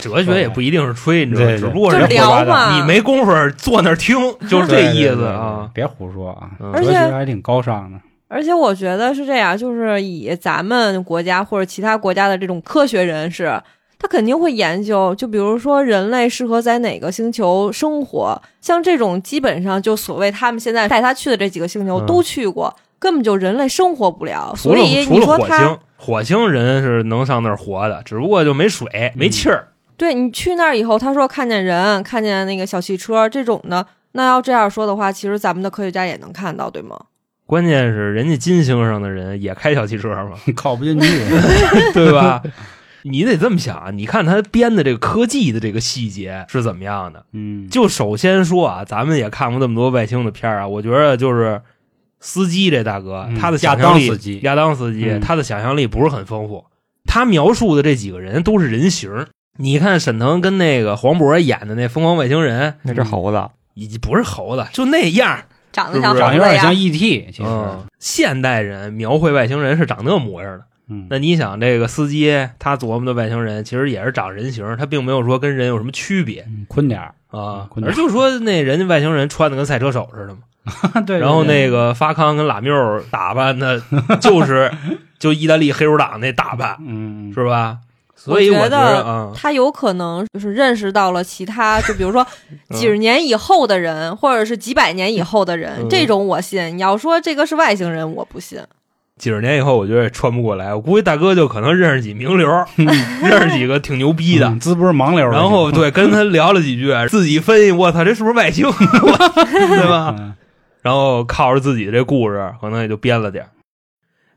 [SPEAKER 4] 哲学也不一定是吹，你知道吗？
[SPEAKER 3] 对对
[SPEAKER 4] 只不过
[SPEAKER 5] 就是是
[SPEAKER 4] 人
[SPEAKER 5] 聊啊嘛。
[SPEAKER 4] 你没工夫坐那儿听，就是这意
[SPEAKER 3] 对
[SPEAKER 4] 思
[SPEAKER 3] 对
[SPEAKER 4] 啊
[SPEAKER 3] 对对。别胡说啊，
[SPEAKER 4] 嗯
[SPEAKER 5] 而
[SPEAKER 3] 哲
[SPEAKER 5] 且
[SPEAKER 3] 学还挺高尚的。
[SPEAKER 5] 而且我觉得是这样，就是以咱们国家或者其他国家的这种科学人士，他肯定会研究，就比如说人类适合在哪个星球生活，像这种基本上就所谓他们现在带他去的这几个星球
[SPEAKER 4] 嗯
[SPEAKER 5] 都去过，根本就人类生活不了。
[SPEAKER 4] 除
[SPEAKER 5] 所
[SPEAKER 4] 了
[SPEAKER 5] 以
[SPEAKER 4] 除
[SPEAKER 5] 你
[SPEAKER 4] 了
[SPEAKER 5] 说
[SPEAKER 4] 火
[SPEAKER 5] 他
[SPEAKER 4] 星，火星人是能上那儿活的，只不过就没
[SPEAKER 3] 嗯
[SPEAKER 4] 水、没气儿。
[SPEAKER 5] 对你去那儿以后，他说看见人、看见那个小汽车这种的，那要这样说的话，其实咱们的科学家也能看到，对吗？
[SPEAKER 4] 关 键 是人家金星上的人也开小汽车嘛，
[SPEAKER 3] 靠不进去，
[SPEAKER 4] 对吧？你得这么想啊，你看他编的这个科技的这个细节是怎么样的。
[SPEAKER 3] 嗯，
[SPEAKER 4] 就首先说啊，咱们也看过这么多外星的片儿啊，我觉得就是司机这大哥，
[SPEAKER 3] 嗯
[SPEAKER 4] 他的想象力，
[SPEAKER 3] 亚当斯基
[SPEAKER 4] 亚当斯基
[SPEAKER 3] 嗯
[SPEAKER 4] 他的想象力不是很丰富。他描述的这几个人都是人形儿，你看沈腾跟那个黄渤演的那《疯狂外星人》，
[SPEAKER 6] 那只猴子，
[SPEAKER 4] 已经不是猴子，就那样儿。
[SPEAKER 5] 长得像
[SPEAKER 4] 是不是啊
[SPEAKER 5] 猴
[SPEAKER 3] 长得
[SPEAKER 5] 子
[SPEAKER 3] 有点
[SPEAKER 5] 呀
[SPEAKER 3] 像，E.T.，其实，
[SPEAKER 4] 嗯，现代人描绘外星人是长那模样的。
[SPEAKER 3] 嗯，
[SPEAKER 4] 那你想，这个司机他琢磨的外星人其实也是长人形，他并没有说跟人有什么区别
[SPEAKER 3] 嗯坤点儿，
[SPEAKER 4] 啊，
[SPEAKER 3] 困难
[SPEAKER 4] 而就是说那人家外星人穿的跟赛车手似的嘛。
[SPEAKER 3] 对对，
[SPEAKER 4] 然后
[SPEAKER 3] 对
[SPEAKER 4] 那个发康跟拉缪打 扮的，就是就意大利黑手党那打扮，
[SPEAKER 3] 嗯，
[SPEAKER 4] 是吧？所以
[SPEAKER 5] 我觉
[SPEAKER 4] 觉
[SPEAKER 5] 得
[SPEAKER 4] 得啊，
[SPEAKER 5] 他有可能就是认识到了其他，就比如说
[SPEAKER 4] 嗯
[SPEAKER 5] 几十年以后的人，或者是几百年以后的人，
[SPEAKER 4] 嗯
[SPEAKER 5] 这种我信。你要说这个是外星人，我不信。
[SPEAKER 4] 几十年以后，我觉得也穿不过来。我估计大哥就可能认识几名流， 认识几个挺牛逼的，
[SPEAKER 3] 嗯嗯滋不是盲流儿的，
[SPEAKER 4] 然后对，跟他聊了几句，自己分析，我操，这是不是外星？对吧？
[SPEAKER 3] 嗯
[SPEAKER 4] 然后靠着自己这故事，可能也就编了点儿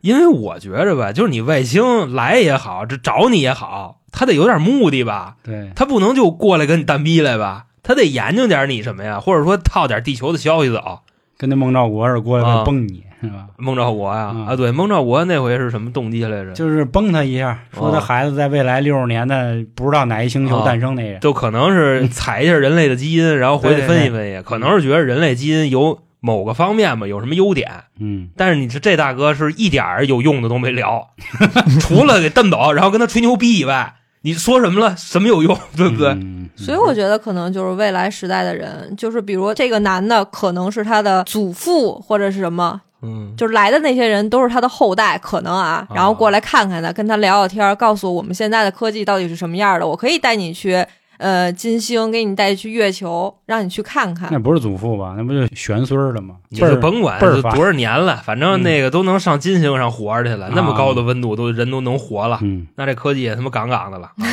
[SPEAKER 4] 因为我觉着吧，就是你外星来也好，这找你也好，他得有点目的吧，
[SPEAKER 3] 对，
[SPEAKER 4] 他不能就过来跟你蛋逼来吧，他得研究点你什么呀，或者说套点地球的消息走。
[SPEAKER 3] 跟那孟兆国似的过
[SPEAKER 4] 啊
[SPEAKER 3] 来蹦你是吧？
[SPEAKER 4] 孟兆国呀，
[SPEAKER 3] 嗯
[SPEAKER 4] 啊，对，孟兆国那回是什么动机来着？
[SPEAKER 3] 就是崩他一下，说他
[SPEAKER 4] 哦
[SPEAKER 3] 孩子在未来六十年的不知道哪一星
[SPEAKER 4] 啊
[SPEAKER 3] 球诞生那人，
[SPEAKER 4] 就可能是采一下人类的基因，然后回去
[SPEAKER 3] 对
[SPEAKER 4] 分析分析，可能是觉得人类基因有某个方面吧，有什么优点，
[SPEAKER 3] 嗯，
[SPEAKER 4] 但是你这这大哥是一点儿有用的都没聊， 除了给瞪走，然后跟他吹牛逼以外，你说什么了？什么有用？ 对不对？
[SPEAKER 3] 嗯？
[SPEAKER 5] 所以我觉得可能就是未来时代的人，就是比如这个男的可能是他的祖父或者是什么，
[SPEAKER 4] 嗯，
[SPEAKER 5] 就是来的那些人都是他的后代，可能啊，然后过来看看他，跟他聊聊天儿，告诉我我们现在的科技到底是什么样的，我可以带你去呃金星，给你带去月球，让你去看 看
[SPEAKER 3] 那。不是祖父吧？那不就玄孙儿了吗？
[SPEAKER 4] 你
[SPEAKER 3] 倍
[SPEAKER 4] 就
[SPEAKER 3] 儿
[SPEAKER 4] 甭管
[SPEAKER 3] 倍儿
[SPEAKER 4] 就
[SPEAKER 3] 烦
[SPEAKER 4] 多少年了，反正那个都能上金星上活着去了，
[SPEAKER 3] 嗯啊
[SPEAKER 4] 那么高的温度都人都能活了，
[SPEAKER 3] 嗯
[SPEAKER 4] 那这科技也他妈杠杠的了， 啊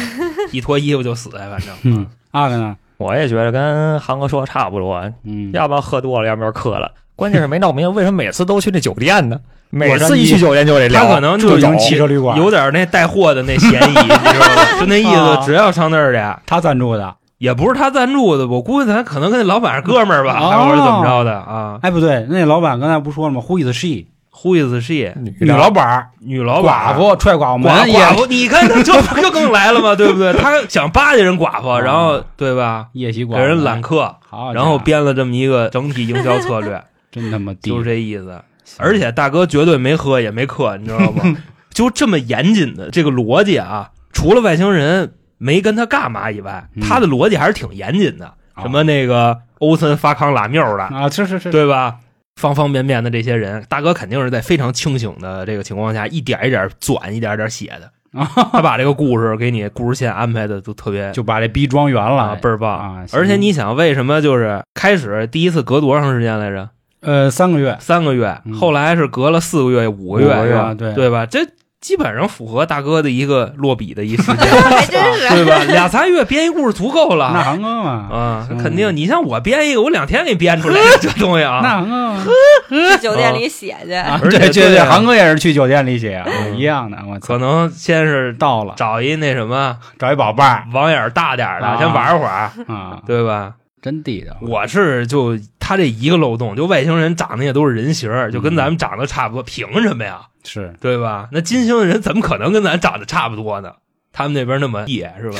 [SPEAKER 4] 一脱衣服就死，反正。啊
[SPEAKER 3] 嗯，阿哥呢？
[SPEAKER 6] 我也觉得跟韩哥说的差不多，
[SPEAKER 3] 嗯，
[SPEAKER 6] 要不然喝多了，要不然嗑了。关键是没闹明白为什么每次都去那酒店呢？每
[SPEAKER 3] 洛杉矶
[SPEAKER 6] 次一去酒店就得聊，
[SPEAKER 4] 他可能就
[SPEAKER 3] 住
[SPEAKER 4] 有
[SPEAKER 3] 进汽车旅馆，
[SPEAKER 4] 有点那带货的那嫌 疑，你知道吗？就那意思，
[SPEAKER 3] 啊
[SPEAKER 4] 只要上那儿去，
[SPEAKER 3] 他赞助的。
[SPEAKER 4] 也不是他赞助的，我估计咱可能跟那老板是哥们儿吧，
[SPEAKER 3] 哦
[SPEAKER 4] 还或者怎么着的啊？
[SPEAKER 3] 哎，不对，那老板刚才不说了吗？Who is she？
[SPEAKER 4] Who is she？
[SPEAKER 6] 女
[SPEAKER 3] 女
[SPEAKER 6] 的
[SPEAKER 3] 老板儿，
[SPEAKER 4] 女老板啊
[SPEAKER 3] 寡，妇，踹寡妇门
[SPEAKER 4] 寡寡
[SPEAKER 3] 夜
[SPEAKER 4] 妇，你 看他就就更来了嘛，对不对？他想巴结人寡妇，然后对吧？
[SPEAKER 3] 夜啊袭寡妇，啊
[SPEAKER 4] 给人揽，客，
[SPEAKER 3] 好家伙，
[SPEAKER 4] 然后编了这么一个整体营销策 略，
[SPEAKER 3] 真他妈低，
[SPEAKER 4] 就是这意思。而且大哥绝对没喝也没嗑，你知道 吗？就这么严谨的这个逻辑啊，除了外星人没跟他干嘛以外，
[SPEAKER 3] 嗯
[SPEAKER 4] 他的逻辑还是挺严谨的。
[SPEAKER 3] 哦
[SPEAKER 4] 什么那个欧森、发康、拉缪的，
[SPEAKER 3] 啊，是是是，
[SPEAKER 4] 对吧？方方面面的这些人，大哥肯定是在非常清醒的这个情况下，一点一点转，一点一点写的。
[SPEAKER 3] 啊
[SPEAKER 4] 他把这个故事给你故事线安排的都特 别
[SPEAKER 3] 就把这逼装圆了
[SPEAKER 4] 啊，倍儿棒。
[SPEAKER 3] 啊！
[SPEAKER 4] 而且
[SPEAKER 3] 行
[SPEAKER 4] 你想，为什么就是开始第一次隔多长时间来着？
[SPEAKER 3] 呃三个月，
[SPEAKER 4] 三个月，
[SPEAKER 3] 嗯
[SPEAKER 4] 后来是隔了四个月、五个月，
[SPEAKER 6] 五个月
[SPEAKER 4] 是吧
[SPEAKER 3] 啊对
[SPEAKER 4] 对吧？这基本上符合大哥的一个落笔的一 时间，
[SPEAKER 5] 还真是，
[SPEAKER 4] 啊对吧？俩仨月编一故事足够了
[SPEAKER 3] 那韩哥嘛，
[SPEAKER 4] 啊，
[SPEAKER 3] 行
[SPEAKER 4] 肯定。你像我编一个，我两天给 编出来这东西啊，
[SPEAKER 3] 那韩哥嘛。
[SPEAKER 5] 去酒店里写去。
[SPEAKER 3] 啊，
[SPEAKER 4] 而且
[SPEAKER 3] 对对
[SPEAKER 4] 对
[SPEAKER 3] 对，
[SPEAKER 4] 啊
[SPEAKER 3] 韩哥也是去酒店里写啊
[SPEAKER 4] 嗯，
[SPEAKER 3] 一样的。我操，
[SPEAKER 4] 可能先是
[SPEAKER 3] 到了
[SPEAKER 4] 找一那什么
[SPEAKER 3] 找一宝贝 儿
[SPEAKER 4] 网眼儿大点儿的，
[SPEAKER 3] 啊
[SPEAKER 4] 先玩会儿，
[SPEAKER 3] 啊，
[SPEAKER 4] 对吧？
[SPEAKER 3] 真地道。
[SPEAKER 4] 我是就他这一个漏洞，就外星人长得也都是人形儿，
[SPEAKER 3] 嗯
[SPEAKER 4] 就跟咱们长得差不多，凭什么呀？
[SPEAKER 3] 是
[SPEAKER 4] 对吧？那金星人怎么可能跟咱长得差不多呢？他们那边那么野是吧？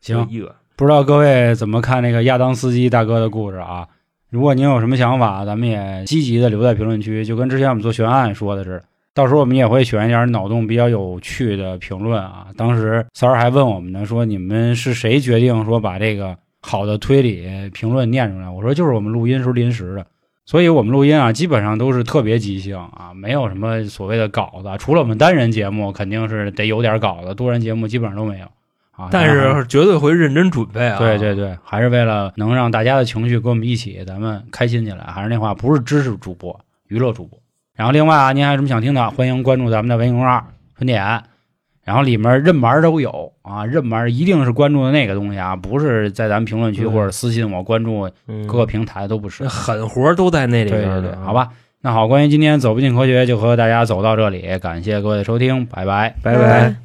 [SPEAKER 4] 就
[SPEAKER 3] 行，
[SPEAKER 4] 一个
[SPEAKER 3] 不知道各位怎么看那个亚当斯基大哥的故事啊？如果您有什么想法，咱们也积极的留在评论区，就跟之前我们做悬案说的是，到时候我们也会选一点脑洞比较有趣的评论啊。当时三儿还问我们呢，说你们是谁决定说把这个好的推理评论念出来？我说就是我们录音时候临时的，所以我们录音啊，基本上都是特别即兴啊，没有什么所谓的稿子，啊除了我们单人节目肯定是得有点稿子，多人节目基本上都没有啊。
[SPEAKER 4] 但
[SPEAKER 3] 然后
[SPEAKER 4] 是绝对会认真准备啊！
[SPEAKER 3] 对对对，还是为了能让大家的情绪跟我们一起，咱们开心起来。还是那话，不是知识主播，娱乐主播。然后另外啊，您还有什么想听的，欢迎关注咱们的微信公众号“春点”，然后里面任门都有啊，任门一定是关注的那个东西啊，不是在咱们评论区
[SPEAKER 4] 对
[SPEAKER 3] 或者私信我关注
[SPEAKER 4] 对
[SPEAKER 3] 各个平台都不是。
[SPEAKER 4] 那狠活儿都在那里
[SPEAKER 3] 对
[SPEAKER 4] 边儿
[SPEAKER 3] 嗯对
[SPEAKER 4] 呢
[SPEAKER 3] 对，好，吧。那好，关于今天走不进科学就和大家走到这里，感谢各位的收听，拜拜，
[SPEAKER 4] 拜拜。